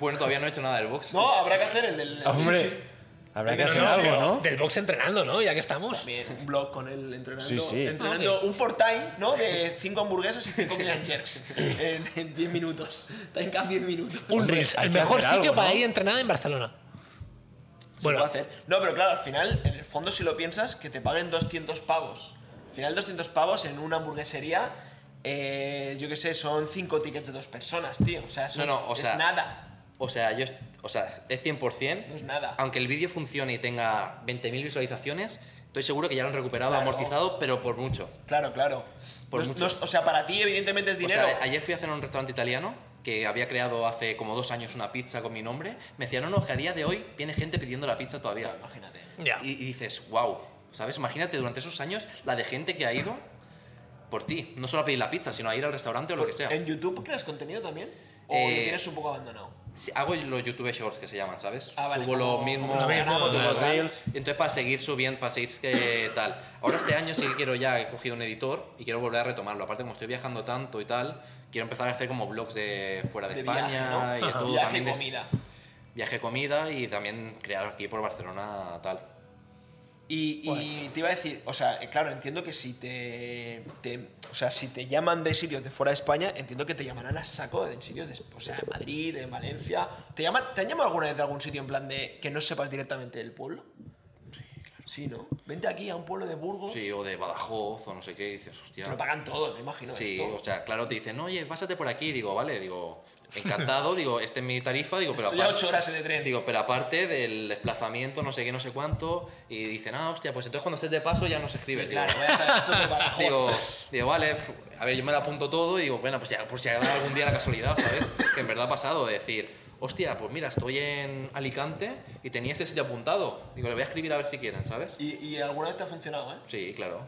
D: Bueno, todavía no he hecho nada del box.
A: Ah. No, habrá que hacer el del.
F: Hombre, habrá que
E: Pero
F: hacer
E: no,
F: algo,
E: pero
F: ¿no?
E: Del box entrenando, ¿no? Ya que estamos.
A: También, un blog con él entrenando.
F: Sí, sí.
A: Entrenando
E: Ok.
A: un for time, ¿no? De 5 hamburguesas y 5 Milan jerks. En 10 minutos. Time cap 10 minutos.
E: Un
F: Hombre,
E: reel.
F: hay
E: El
F: que
E: mejor
F: hacer
E: sitio
F: algo,
E: para
F: ¿no?
E: ir a entrenar en Barcelona.
A: Se
E: Bueno,
A: puede hacer. No, pero claro, al final, en el fondo, si lo piensas, que te paguen 200 pavos. Al final, 200 pavos en una hamburguesería, eh, yo qué sé, son 5 tickets de dos personas, tío. O sea, eso
D: No, no, o
A: es
D: sea-
A: nada.
D: O sea, yo. O sea, es 100%.
A: No es nada.
D: Aunque el vídeo funcione y tenga 20.000 visualizaciones, estoy seguro que ya lo han recuperado,
A: Claro.
D: amortizado, pero por mucho.
A: Claro, claro.
D: Por
A: No es-
D: mucho.
A: no es- o sea, para ti, evidentemente, es
D: O
A: dinero.
D: sea, ayer fui a cenar a un restaurante italiano que había creado hace como dos años una pizza con mi nombre. Me decían, no, no, que a día de hoy tiene gente pidiendo la pizza todavía.
A: Imagínate.
E: ya.
D: Y, y dices, wow, ¿sabes? Imagínate durante esos años la de gente que ha ido por ti. No solo a pedir la pizza, sino a ir al restaurante o lo que sea.
A: ¿En YouTube creas contenido también? ¿O
D: Eh,
A: lo tienes un poco abandonado?
D: Sí, Hago los YouTube Shorts que se llaman, ¿sabes?
A: Ah, vale,
D: Subo
A: como-
D: lo
A: como
D: mismo,
A: los
E: Instagram,
D: subo
E: los
D: tal.
F: Reels.
D: Entonces para seguir subiendo, para seguir que tal. Ahora este año sí que quiero ya, he cogido un editor y quiero volver a retomarlo. Aparte como estoy viajando tanto y tal, quiero empezar a hacer como blogs de fuera de,
A: De
D: España
A: viaje, ¿no?
D: y de todo.
A: Viaje,
D: también de-
A: comida.
D: Viaje, comida y también crear aquí por Barcelona tal.
A: Y, y te iba a decir, o sea, eh, claro, entiendo que si te, te- o sea, si te llaman de sitios de fuera de España, entiendo que te llamarán a saco de sitios de, o sea, de Madrid, de Valencia. ¿Te, llaman, ¿Te han llamado alguna vez de algún sitio en plan de que no sepas directamente del pueblo? Sí, ¿no? Vente aquí a un pueblo de Burgos,
D: Sí, o de Badajoz o no sé qué, y dices, hostia.
A: pero pagan todo, me imagino.
D: Sí,
A: esto.
D: o sea, claro, te dicen, oye, pásate por aquí, digo, vale, digo, encantado, digo, este es mi tarifa, digo, pero
A: Estoy a
D: aparte,
A: ocho horas en el tren.
D: Eh, digo, pero aparte del desplazamiento, no sé qué, no sé cuánto, y dicen, ah, hostia, pues entonces cuando estés de paso ya nos escribes, digo,
A: claro, voy a estar eso de Badajoz.
D: digo, digo, vale, f- a ver, yo me lo apunto todo y digo, bueno, pues ya, pues ya da algún día la casualidad, ¿sabes? Que en verdad ha pasado de decir, hostia, pues mira, estoy en Alicante y tenía este sitio apuntado, digo, le voy a escribir a ver si quieren, ¿sabes?
A: Y, y alguna vez te ha funcionado, ¿eh?
D: Sí, claro.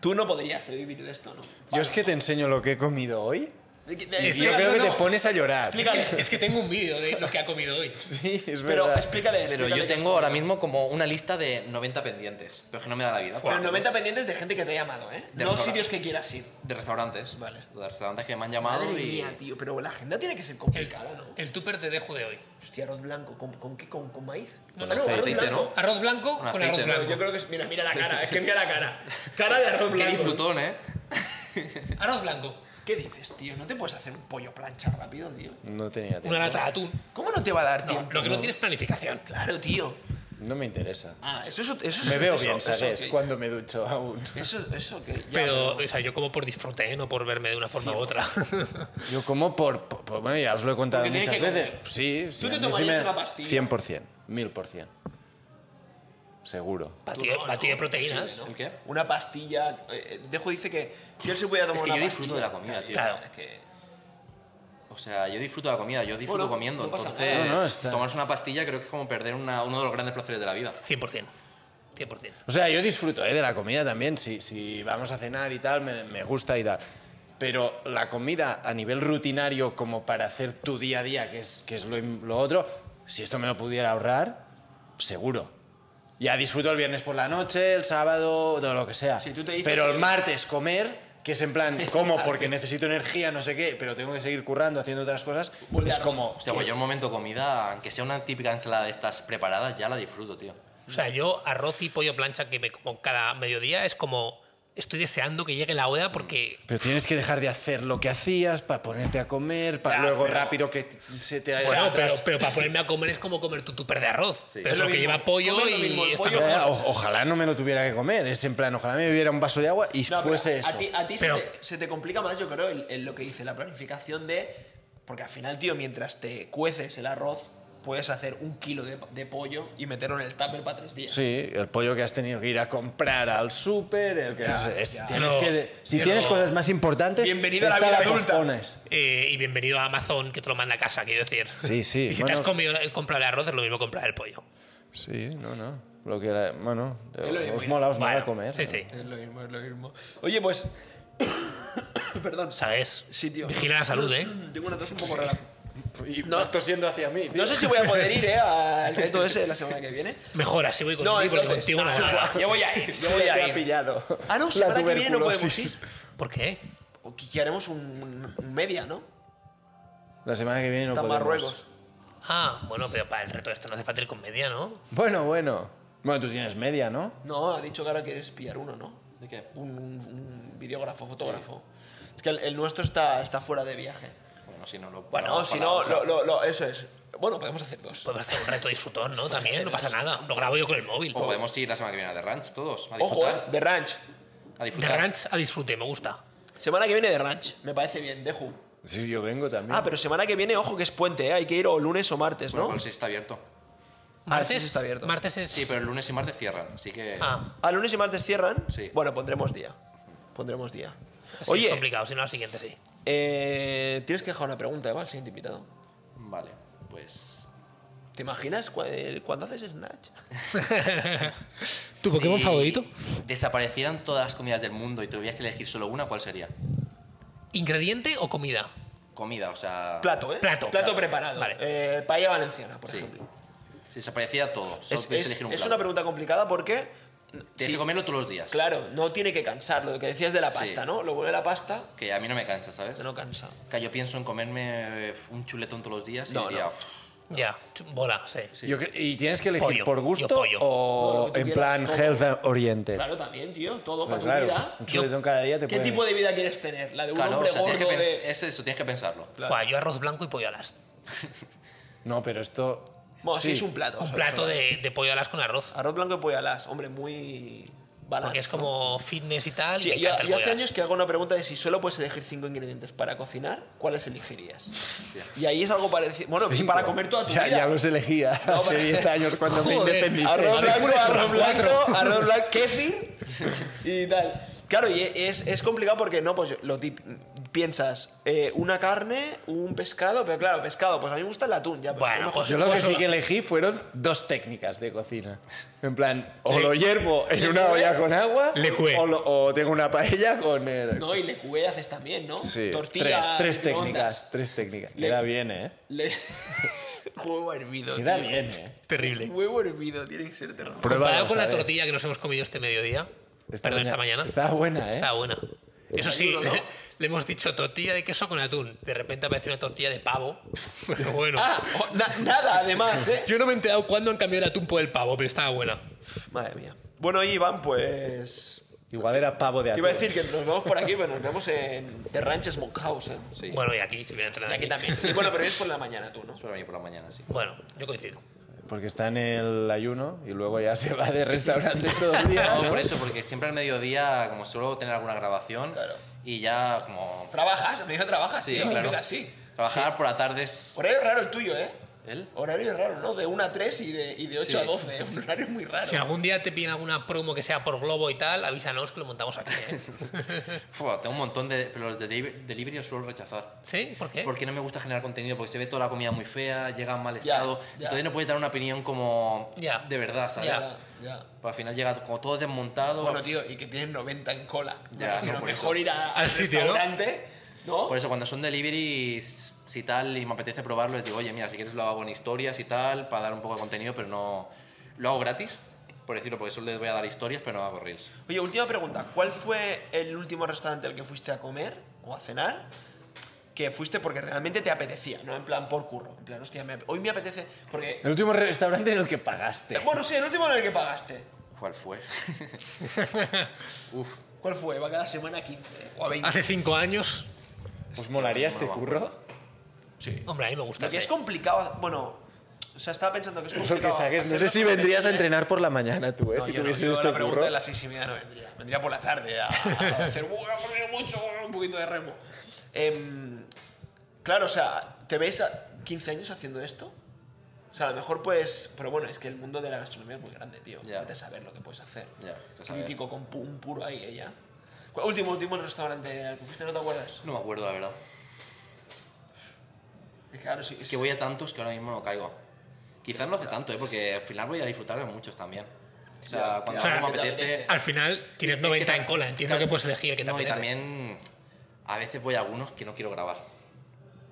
A: Tú no podrías eh, vivir de esto, ¿no?
F: Yo es que te enseño lo que he comido hoy y yo
A: Explícalo,
F: creo que
A: no,
F: te
A: no.
F: pones a llorar.
E: Es que, es que tengo un vídeo de lo que ha comido hoy.
F: Sí, es
A: Pero
F: verdad.
A: explícale,
D: Pero
A: explícale
D: yo
A: qué has
D: tengo ahora
A: comido.
D: mismo como una lista de 90 pendientes, pero es que no me da la vida.
A: Pero 90 pendientes de gente que te ha llamado, ¿eh?
D: De
A: no
D: restaurante.
A: sitios que quieras ir.
D: De restaurantes.
A: Vale.
D: De restaurantes que me han llamado
A: Madre
D: y.
A: mía, tío, pero la agenda tiene que ser
E: El,
A: complicada, ¿no?
E: el tupper te dejo de hoy.
A: Hostia, arroz blanco, ¿con, con qué? ¿Con, con maíz?
D: Con
A: Ah, no, arroz
D: aceite,
A: blanco.
D: ¿no?
E: Arroz blanco
D: Con
E: con
D: aceite,
E: arroz
D: ¿no?
A: Pero
E: blanco.
A: yo creo que es, mira, mira la cara, es que mira la cara. Cara de arroz
D: Qué
A: blanco.
D: disfrutón, ¿eh?
E: Arroz blanco.
A: ¿Qué dices, tío? No te puedes hacer un pollo plancha rápido, tío.
F: No tenía tiempo.
E: Una lata de atún.
A: ¿Cómo no te va a dar
E: No,
A: tiempo?
E: lo que no tienes planificación.
A: Claro, tío.
F: No me interesa.
A: Ah, eso es. Eso,
F: Me
A: es-
F: veo
A: eso-
F: bien,
A: eso,
F: ¿sabes?
A: ok.
F: Cuando me ducho aún.
A: Eso, eso que. ya,
E: Pero, o sea, yo como por disfrute, ¿eh? no por verme de una forma u otra.
F: Yo como por, por- por- bueno, ya os lo he contado
A: Porque tienes
F: muchas
A: que comer.
F: veces. Sí, sí.
A: ¿Tú
F: a
A: te
F: mí sí
A: tomarías
F: me-
A: una pastilla?
F: 100%, 1000%.
C: seguro.
E: Batido,
A: no,
E: batido
A: no,
E: de proteínas.
A: imposible, ¿no?
D: ¿El qué?
A: Una pastilla. eh, Dejo dice que si él se pudiera tomar
D: Es que
A: una
D: yo disfruto de la
A: pastilla,
D: comida, tío.
E: Claro.
A: es que-
D: O sea, yo disfruto la comida, yo disfruto
A: Bueno,
D: comiendo.
A: no pasa
D: entonces,
C: nada. No, no, está-
D: tomarse una pastilla creo que es como perder una- uno de los grandes placeres de la vida.
E: 100%. 100%.
C: O sea, yo disfruto ¿eh? de la comida también. Si, si vamos a cenar y tal, me, me gusta y tal. Pero la comida a nivel rutinario, como para hacer tu día a día, que es, que es lo, im- lo otro, si esto me lo pudiera ahorrar, seguro. Ya disfruto el viernes por la noche, el sábado, todo lo que sea.
A: Si tú te dices
C: pero el
A: que-
C: martes comer, que es en plan, como porque necesito energía, no sé qué, pero tengo que seguir currando, haciendo otras cosas,
A: Bol de
C: es
A: arroz.
C: como...
D: Hostia, pues yo el momento comida, aunque sea una típica ensalada de estas preparadas, ya la disfruto, tío.
A: Mm.
E: O sea, yo arroz y pollo plancha que me como cada mediodía es como estoy deseando que llegue la hora porque
C: Pero tienes que dejar de hacer lo que hacías para ponerte a comer, para
E: Ya,
C: luego
E: pero-
C: rápido que t- se
A: Mm.
C: te haya
E: Bueno, pero,
C: atrás.
E: pero para ponerme a comer es como comer tu tupper de arroz.
D: Sí.
E: Pero
D: Es
E: eso
A: lo
E: que
A: mismo.
E: lleva pollo
A: Comer lo mismo, el
E: y está
A: pollo-
E: mal.
C: Ya, Eh, o- ojalá no me lo tuviera que comer. Es en plan, ojalá me bebiera un vaso de agua y
A: No, pero
C: fuese eso.
A: A ti, a ti
E: Pero-
A: se, te, se te complica más, yo creo, el, el lo que dice, la planificación de. Porque al final, tío, mientras te cueces el arroz, puedes hacer un kilo de, de pollo y meterlo en el tupper para tres días.
C: Sí, el pollo que has tenido que ir a comprar al súper, el que
A: Ya,
C: no sé, es-
A: ya.
C: tienes
E: Pero-
C: que- si
E: pero-
C: tienes cosas más importantes,
B: Bienvenido a la
C: esta
B: vida adulta.
C: pospones.
E: Eh, y bienvenido a Amazon que te lo manda a casa, quiero decir.
C: Sí, sí,
E: Y si te
C: bueno.
E: has comido, comprado el arroz, es lo mismo comprar el pollo.
C: Sí, no, no. Lo que era- bueno,
A: lo de-
C: os mola, os mola
E: Bueno,
C: comer.
E: Sí,
C: ¿no?
E: sí.
A: Es lo mismo, es lo mismo. Oye, pues. Perdón.
E: ¿Sabes?
A: Sí, tío.
E: Vigila la salud, ¿eh?
A: Tengo una tos un poco rara.
C: Y vas tosiendo hacia mí. tío.
A: No sé si voy a poder ir, ¿eh? Al reto ese de la semana que viene.
E: Mejora, si voy contigo,
A: No,
E: porque
A: entonces.
E: contigo
A: no,
E: no, hago nada.
A: no, yo voy a ir, yo voy
C: Te
A: a
C: ha
A: ir.
C: pillado.
A: Ah, no,
C: La
A: semana que viene no podemos ir.
C: tuberculosis.
E: ¿Por qué?
A: O que que haremos un, un media, ¿no?
C: La semana que viene no
A: Está en
C: podemos.
A: Marruecos.
E: Ah, bueno, pero para el reto este no hace falta el comedia, ¿no?
C: Bueno, bueno. Bueno, tú tienes media, ¿no?
A: No, ha dicho que ahora quieres pillar uno, ¿no?
D: ¿De qué?
A: Un, un- un videógrafo, fotógrafo. Es que el, el nuestro está, está fuera de viaje.
D: Bueno, si no lo...
A: Bueno,
D: lo-
A: si
D: para
A: no,
D: otra.
A: lo- lo- lo- eso es. Bueno, podemos hacer dos.
E: Podemos hacer un reto disfrutón, ¿no? También, no pasa nada. Lo grabo yo con el móvil.
D: O podemos ir la semana que viene a The Ranch, todos, a
A: Ojo,
D: disfrutar.
A: ¿eh? De Ranch.
D: A
E: De
D: disfrutar.
E: ranch a disfrute, me gusta.
A: Semana que viene de Ranch. Me parece bien, Deju.
C: Sí, yo vengo también.
A: Ah, pero semana que viene, ojo que es puente, ¿eh? Hay que ir o lunes o martes,
D: Bueno,
A: ¿no?
D: igual sí está abierto.
E: ¿Martes?
A: sí está abierto.
E: Martes es...
D: Sí, pero el lunes y martes cierran, así que...
E: Ah,
A: Ah, lunes y martes cierran.
D: Sí.
A: Bueno, pondremos día. Pondremos día.
E: sí, es
A: Oye,
E: complicado, si no, al siguiente sí.
A: eh, tienes que dejar una pregunta, ¿eh? Al siguiente invitado.
D: Vale, pues...
A: ¿Te imaginas cua- eh, cuando haces Snatch?
D: Ah.
E: ¿Tu Pokémon
D: si
E: favorito?
D: desaparecieran todas las comidas del mundo y tuvieras que elegir solo una, ¿cuál sería?
E: ¿Ingrediente o comida?
D: Comida, o sea...
A: Plato, ¿eh? Plato
E: Plato. Plato.
A: preparado.
E: Vale.
A: Eh, paella valenciana, por
D: Sí.
A: ejemplo.
D: Si desapareciera todo, solo
A: Es,
D: puedes
A: es-
D: elegir un
A: es
D: plato.
A: una pregunta complicada porque.
D: Tienes
A: sí,
D: que comerlo todos los días.
A: Claro, no tiene que cansar. Lo que decías de la
D: Sí.
A: pasta, ¿no? Lo bueno de la pasta,
D: Que a mí no me cansa, ¿sabes?
A: no cansa.
D: Que yo pienso en comerme eh, un chuletón todos los días y
A: No,
D: diría,
A: no.
D: "Uf,
E: Ya, ch- bola, sí.
C: Yo cre- ¿Y tienes que elegir
E: Pollo,
C: por
E: yo
C: gusto
E: pollo.
A: No, lo
C: o
A: que tú
C: en
A: quieras,
C: plan
A: todo.
C: health oriented?
A: Claro, también, tío. Todo
C: Pero
A: para tu
C: claro,
A: vida.
C: un chuletón cada día te
A: ¿Qué
C: puede-
A: tipo de vida quieres tener? ¿La de un
D: Claro, o
A: hombre
D: sea, tienes que
A: gordo
D: pens-
A: de.?
D: es eso, tienes que pensarlo.
E: Fua, yo arroz blanco y pollo alas.
C: No, pero esto...
A: Bueno, sí,
C: sí.
A: es un plato.
E: Un
A: ¿sabes?
E: plato de, de pollo alas con arroz.
A: Arroz blanco y pollo alas. Hombre, muy. balance,
E: Porque es
A: Ah, ¿no?
E: como fitness y tal. y
A: Sí,
E: me
A: yo,
E: encanta el
A: yo
E: pollo
A: hace
E: alas.
A: años que hago una pregunta de si solo puedes elegir cinco ingredientes para cocinar, ¿cuáles elegirías? Y ahí es algo parecido. Bueno, y para comer toda tu
C: Ya,
A: vida.
C: ya los elegía hace
A: pero-
C: 10 años cuando me
E: Joder,
C: independicé.
A: Arroz blanco, arroz
C: Cuatro.
A: blanco, arroz blanco, kéfir y tal. Claro, y es, es complicado porque no, pues lo tip- piensas, eh, una carne, un pescado, pero claro, pescado, pues a mí me gusta el atún, ya. pero
E: Bueno,
A: a lo mejor-
E: pues-
C: Yo lo que
E: Pues-
C: sí que elegí fueron dos técnicas de cocina. En plan, o lo hiervo en una olla con agua,
E: Le cué.
C: o, lo- o tengo una paella con el...
A: No, y le cué haces también, ¿no?
C: Sí,
A: Tortilla,
C: tres, tres
A: microondas.
C: técnicas, tres técnicas.
A: Le-
C: Queda bien, ¿eh?
A: Le- Huevo hervido.
C: Queda
A: tío.
C: bien, ¿eh?
E: Terrible.
A: Huevo hervido, tiene que ser terrible.
E: Comparado
C: Pruébalo,
E: con la
C: ¿sabes?
E: tortilla que nos hemos comido este mediodía.
C: Esta
E: perdón,
C: maña-
E: esta mañana.
C: Estaba buena, ¿eh?
E: Estaba buena. Eso sí,
A: Ayuno, Pues ¿no?
E: le, le hemos dicho tortilla de queso con atún. De repente aparece una tortilla de pavo. Pero bueno.
A: Ah, o- na- nada, además, ¿eh?
E: Yo no me he enterado cuándo han cambiado el atún por el pavo, pero estaba buena.
A: Madre mía. Bueno, Iván, pues.
C: Igual era pavo de atún.
A: Te iba a decir que nos vamos por aquí, pero nos vemos en The Ranch Smokehouse, ¿eh?
D: Sí,
E: Bueno, y aquí, si viene a entrenar.
A: Y aquí también. Sí, bueno, pero es por la mañana tú, ¿no?
D: suelo venir por la mañana, sí.
E: Bueno, yo coincido.
C: Porque está en el ayuno y luego ya se va de restaurantes todo el día.
D: No,
C: ¿no?
D: por eso, porque siempre al mediodía, como suelo tener alguna grabación,
A: Claro.
D: y ya como...
A: Trabajas, me dijo trabajas,
D: Sí,
A: tío,
D: claro.
A: empieza así.
D: Trabajar por la tarde es...
A: Por ahí es raro el tuyo, ¿eh?
D: ¿Él?
A: Horario raro, ¿no? De 1 a 3 y de, y de 8
D: Sí.
A: a 12. Un horario muy raro.
E: Si algún día te piden alguna promo que sea por globo y tal, avísanos que lo montamos aquí. ¿eh?
D: Fua, tengo un montón de... Pero los de deli- delivery los suelo rechazar.
E: ¿Sí? ¿Por qué?
D: Porque no me gusta generar contenido, porque se ve toda la comida muy fea, llega en mal
A: Ya,
D: estado.
A: ya.
D: Entonces no puedes dar una opinión como
E: Ya.
D: de verdad, ¿sabes?
E: Ya.
A: Ya.
D: Pues al final llega como todo desmontado.
A: Bueno, tío, y que tienen 90 en cola.
D: Ya,
A: Imagino,
D: no, por eso.
A: mejor ir a-
E: Al
A: al
E: sitio, ¿no?
A: restaurante, ¿no?
D: Por eso cuando son deliveries si tal y me apetece probarlo, les digo, oye, mira, si quieres lo hago en historias y tal, para dar un poco de contenido, pero no... Lo hago gratis, por decirlo, porque solo les voy a dar historias, pero no hago reels.
A: Oye, última pregunta. ¿Cuál fue el último restaurante al que fuiste a comer o a cenar? Que fuiste porque realmente te apetecía, no en plan por curro. En plan, hostia, me ap- hoy me apetece. Porque.
C: El último restaurante en el que pagaste.
A: Bueno, sí, el último en el que pagaste.
D: ¿Cuál fue? Uf,
A: ¿Cuál fue? Va cada semana a 15 o a 20.
E: Hace cinco años.
C: ¿Os molaría este
D: No me
C: curro?
E: Hombre, a mí me gusta.
A: Lo que es complicado. Bueno, o sea, estaba pensando que es
C: Pues Lo
A: complicado.
C: que saques, no sé
A: hacerlo
C: si
A: con
C: vendrías a
A: gente-
C: entrenar por la mañana tú, ¿eh?
A: No,
C: si
A: yo no,
C: tuvieses
A: yo
C: este
A: la pregunta
C: curro.
A: de las seis y media no vendría. Vendría por la tarde a, a hacer "Buah, he corrido mucho, un poquito de remo. Em, claro, o sea, ¿te ves a 15 años haciendo esto? O sea, a lo mejor puedes... Pero bueno, es que el mundo de la gastronomía es muy grande, tío.
D: Ya.
A: Vete a saber lo que puedes hacer.
D: Ya, que saber.
A: Crítico con pu- un puro ahí, ella. Último, último restaurante al que fuiste, ¿no te acuerdas?
D: no me acuerdo, la verdad.
A: Es que claro, sí.
D: Es que voy a tantos que ahora mismo no caigo. Quizás no hace tanto, ¿eh? porque al final voy a disfrutar de muchos también. O sea, cuando
E: O sea,
D: algo me
A: que te
D: apetece...
A: apetece.
E: Al final tienes 90 Ah, en cola, entiendo que puedes elegir el que te
D: No, y
E: apetece.
D: también a veces voy a algunos que no quiero grabar.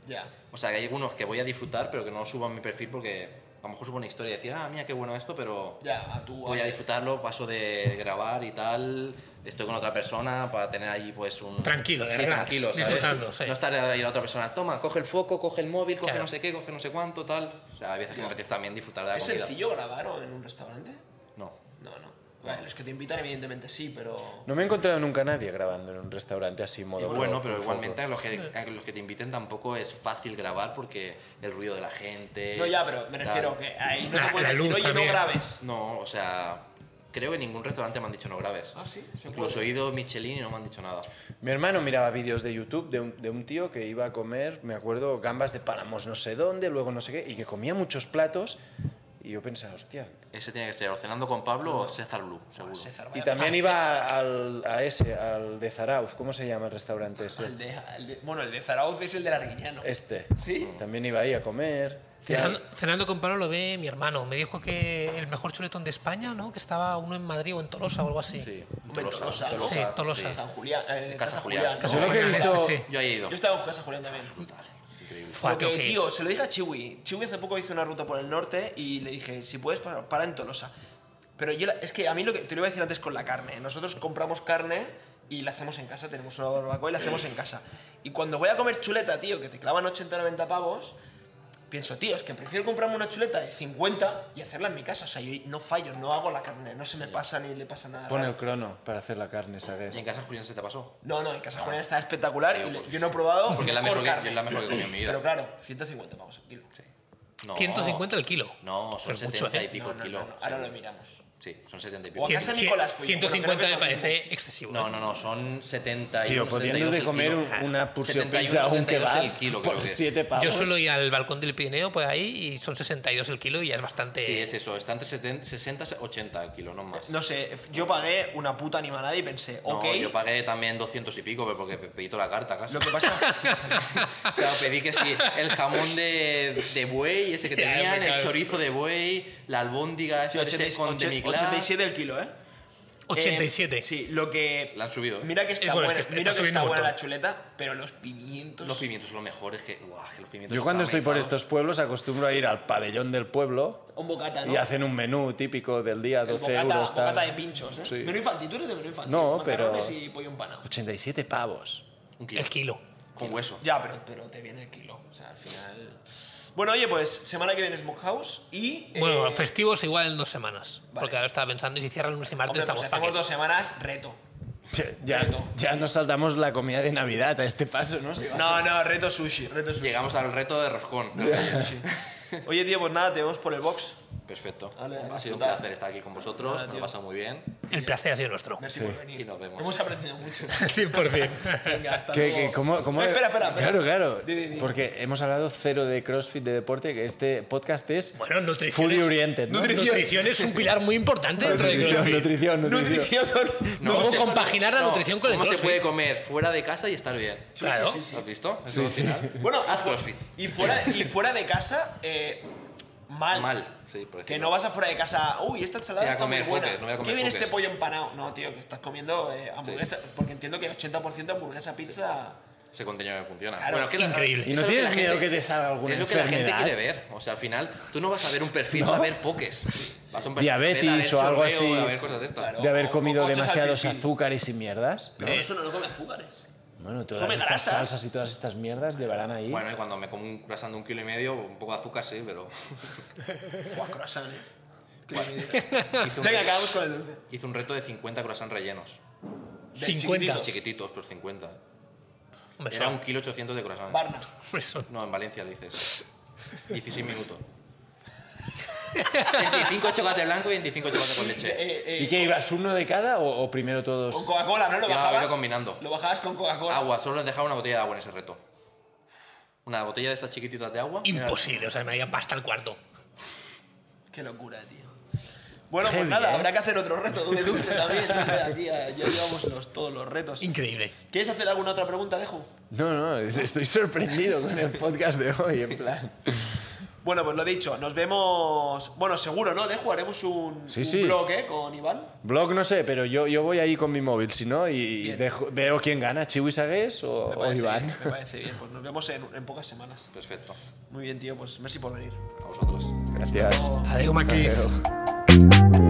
A: Ya.
D: O sea, que hay algunos que voy a disfrutar, pero que no subo a mi perfil porque a lo mejor subo una historia y decir, ah, mira, qué bueno esto, pero
A: Ya, a tu...
D: voy a disfrutarlo, paso de grabar y tal, estoy con otra persona para tener ahí pues un...
E: Tranquilo, de
D: Sí,
E: relax,
D: tranquilo, ¿sabes?
E: disfrutando, sí.
D: No estar ahí la otra persona, toma, coge el foco, coge el móvil, coge
E: Claro.
D: no sé qué, coge no sé cuánto, tal. O sea, a veces que me apetece también disfrutar de la
A: ¿Es
D: comida.
A: sencillo grabar o en un restaurante?
D: No.
A: No, no. Bueno, los que te invitan evidentemente sí, pero...
C: No me he encontrado nunca nadie grabando en un restaurante así, modo.
D: Bueno,
C: blog,
D: pero
C: un
D: igualmente a los, que, a los que te inviten tampoco es fácil grabar porque el ruido de la gente...
A: No, ya, pero me
D: tal.
A: refiero que ahí no
E: La-
A: te pueden
E: la
A: decir,
E: luz
A: oye,
E: también".
A: no grabes.
D: No, o sea, creo que en ningún restaurante me han dicho no grabes.
A: Ah, sí, se
D: Incluso he ido a Michelin y no me han dicho nada.
C: foco. Mi hermano miraba vídeos de YouTube de un, de un tío que iba a comer, me acuerdo, gambas de páramos no sé dónde, luego no sé qué, y que comía muchos platos. Y yo pensaba, hostia.
D: Ese tiene que ser o cenando con Pablo o César Blue, seguro.
A: Pues César,
C: Y
A: vaya
C: también
A: pedazo.
C: iba al, a ese, al de Zarauz, ¿cómo se llama el restaurante
A: El
C: ese?
A: de, el de- bueno, el de Zarauz es el de Arguiñano.
C: Este.
A: Sí.
C: También iba ahí a comer.
E: Cenando, cenando con Pablo lo ve mi hermano. Me dijo que el mejor chuletón de España, ¿no? Que estaba uno en Madrid o en Tolosa o algo así.
D: Sí, en
A: Hombre,
D: Tolosa.
A: Tolosa, ¿no?
E: Sí, Tolosa.
A: San Julián. eh,
D: Casa Julián.
E: Que
A: ¿no?
E: se lo que he
C: Yo lo que he
E: visto-
C: visto-
D: Yo he ido.
A: Yo estaba en Casa Julián también.
D: Brutal, increíble.
E: este Fua, tengo
A: Porque,
E: que ir.
A: tío, se lo dije a Chiwi. Chiwi hace poco hizo una ruta por el norte y le dije, si puedes, para, para en Tolosa. Pero yo, la- es que a mí lo que te lo iba a decir antes con la carne. Nosotros compramos carne y la hacemos en casa. Tenemos una barbacoa y la hacemos en casa. Y cuando voy a comer chuleta, tío, que te clavan 80 o 90 pavos, pienso, tío, es que prefiero comprarme una chuleta de 50 y hacerla en mi casa. O sea, yo no fallo, no hago la carne, no se me pasa ni le pasa nada.
C: Pone
A: raro.
C: el crono para hacer la carne, ¿sabes?
D: ¿Y en casa Julián se te pasó?
A: No, no, en casa Julián está espectacular y
D: Digo,
A: le-
D: pues,
A: yo no he probado.
D: Ah. Porque es la mejor, que,
A: carne.
D: es la mejor que he comido en mi vida.
A: Pero claro, 150 pavos el kilo.
D: No.
E: 150 el kilo.
D: No, son
E: Pero mucho,
D: 70 y
E: ¿eh?
D: pico
A: No,
D: el
A: no,
D: kilo.
A: no, no, ahora
D: Sí.
A: lo miramos.
D: Sí, son 70 y
A: O
D: pico.
A: a casa
E: Cien-
A: Nicolás fui, bueno,
E: 150 me
A: creo que es lo
E: parece excesivo.
D: No,
E: ¿eh?
D: no, no, son 70 y
C: Tío,
D: unos 72
C: pudiéndote
D: el
C: comer
D: kilo. Ah,
C: un- una pusio
D: 71,
C: pizza o un
D: 72
C: kebab
D: el kilo, creo
C: por
D: que es.
C: 7 pavos.
E: Yo suelo ir al balcón del Pirineo, pues ahí, y son 62 el kilo y ya es bastante.
D: Sí, es eso, está entre 70, 60 y 80 el kilo, no más.
A: No sé, f- yo pagué una puta animalada y pensé,
D: No,
A: ok.
D: yo pagué también 200 y pico, pero porque pe- pedí toda la carta casi.
A: Lo que pasa.
D: Claro, pedí que sí, el jamón de, de buey, ese que
E: Ya,
D: tenían,
E: hombre,
D: el
E: claro.
D: chorizo de buey, la albóndiga, esa de ese con
A: ochen-
D: demi-glace.
A: 87 el kilo, ¿eh?
E: 87.
A: Eh, sí, lo que.
D: La han subido, ¿eh?
A: Mira que está
E: Eh, bueno, es
A: buena,
E: que está
A: mira que
E: subiendo
A: está
E: un
A: buena la
E: montón.
A: chuleta, pero los pimientos.
D: Los pimientos son los mejores que. Guau, que los pimientos
C: Yo cuando
D: están
C: estoy por
D: mezclados.
C: estos pueblos acostumbro a ir al pabellón del pueblo
A: Un bocata, ¿no?
C: y hacen un menú típico del día,
A: El
C: 12
A: bocata,
C: euros. tal.
A: bocata de pinchos, ¿eh?
C: Sí.
A: Menú infantil, tú eres de menú infantil.
C: No,
A: macarrones
C: pero-
A: y pollo empanado.
C: 87 pavos.
D: Un kilo.
E: el kilo.
D: Con hueso.
A: Ya, pero, pero te viene el kilo. O sea, al final. Bueno, oye, pues semana que viene Smokehouse y. eh,
E: Bueno, festivos igual en dos semanas.
A: Vale.
E: Porque ahora estaba pensando, y si cierran lunes y martes
A: hombre, pues
E: estamos
A: hacemos
E: fucking.
A: dos semanas, reto.
C: Ya,
A: Reto.
C: ya nos saltamos la comida de Navidad a este paso, ¿no?
A: No, no, reto sushi, reto sushi.
D: Llegamos al reto de roscón.
A: Oye, tío, pues nada, te vemos por el box.
D: Perfecto.
A: Vale,
D: ha sido un
A: disfrutar.
D: placer estar aquí con vosotros.
A: Nada,
D: Me lo he
A: tío.
D: pasado muy bien.
E: El placer ha sido nuestro.
A: Merci por venir.
D: Y nos vemos.
A: Hemos aprendido mucho.
E: 100%.
A: Venga, hasta
C: ¿Qué,
A: luego.
C: qué, cómo, cómo-
A: No, espera, espera, espera.
C: Claro, claro.
A: Di, di, di.
C: Porque hemos hablado cero de CrossFit, de deporte, que este podcast es
E: Bueno, nutrición.
C: fully
E: es-
C: oriented. ¿no?
E: Nutrición. es un pilar muy importante dentro de
C: nutrición,
E: CrossFit.
C: nutrición, nutrición.
A: Nutrición.
E: No,
D: ¿cómo se-
E: compaginar la nutrición con el
D: ¿Cómo se
E: crossfit?
D: puede comer fuera de casa y estar bien?
E: Claro.
D: ¿Lo has visto?
C: Sí,
D: Eso al
C: sí.
D: final.
A: Bueno,
D: haz
A: y fu-
D: crossfit.
A: Y fuera, y fuera de casa, eh, mal.
D: Mal, sí, por
A: Que
D: decirlo.
A: no vas a fuera de casa, uy, esta ensalada
D: Sí, a
A: está
D: comer
A: muy buena.
D: pokés, no voy a comer
A: Qué bien este
D: pokés".
A: pollo empanado. No, tío, que estás comiendo eh, hamburguesa. Porque entiendo que 80% hamburguesa, pizza.
D: Ese contenido que funciona.
A: Claro,
D: es que la-
E: increíble.
C: ¿Y no
D: es lo
C: tienes
D: la
C: miedo que te salga alguna
D: Es lo que la gente
C: enfermedad?
D: quiere ver. O sea, al final, tú no vas a ver un perfil, va a ver pokés. Vas a un perfil,
C: Diabetes
D: a ver
C: o algo
D: chorreo,
C: así.
D: A ver cosas de estas.
A: Claro.
C: De haber
A: O-
C: comido
A: o coches al
C: demasiados
A: pimpín.
C: azúcares y mierdas.
A: Pero eso no lo come azúcares.
C: Bueno, todas
A: Come
C: estas
A: grasas.
C: salsas y todas estas mierdas llevarán ahí.
D: Bueno, y cuando me como un croissant de un kilo y medio, un poco de azúcar sí, pero...
A: Buah, croissant, eh. Qué bien.
D: Hice un,
A: Venga,
D: reto,
A: acabamos con el dulce.
D: hice un reto de 50 croissants rellenos.
E: 50.
D: Chiquititos, pero 50.
C: Pues
E: Hombre,
D: Era
E: son-
D: un kilo 800 de croissants.
A: Barna.
E: hombre, son-
D: No, en Valencia lo dices. 16 minutos. 25 chocolate blanco y 25 chocolate con leche.
A: Eh, eh,
C: ¿Y qué ibas uno de cada o, o primero todos?
A: Con Coca-Cola, ¿no? Lo
D: Ya,
A: bajabas.
D: iba combinando.
A: Lo bajabas con Coca-Cola.
D: Agua, solo les dejaba una botella de agua en ese reto. Una botella de estas chiquititas de agua. Era-
E: Imposible, o sea, me haría pasta al cuarto.
A: Qué locura, tío. Bueno,
C: Heavy,
A: pues nada,
C: ¿eh?
A: habrá que hacer otro reto de dulce también. No sé, aquí eh, ya llevamos los- todos los retos.
E: Increíble.
A: ¿Quieres hacer alguna otra pregunta, Deju?
C: No, no, es- estoy sorprendido con el podcast de hoy, en plan.
A: Bueno, pues lo dicho, nos vemos. Bueno, seguro, ¿no? Deju, haremos un,
C: Sí,
A: un
C: sí.
A: blog, ¿eh? Con Iván.
C: Blog no sé, pero yo, yo voy ahí con mi móvil, si no, y
A: Bien.
C: dejo- veo quién gana, Chiwi Sagués o,
A: Me
C: o
A: parece
C: Oh, Iván.
A: bien, me parece bien. Pues nos vemos en, en pocas semanas.
D: Perfecto.
A: Muy bien, tío. Pues merci por venir.
D: A vosotros.
C: Gracias.
E: Adiós, Maquis.
C: Adiós.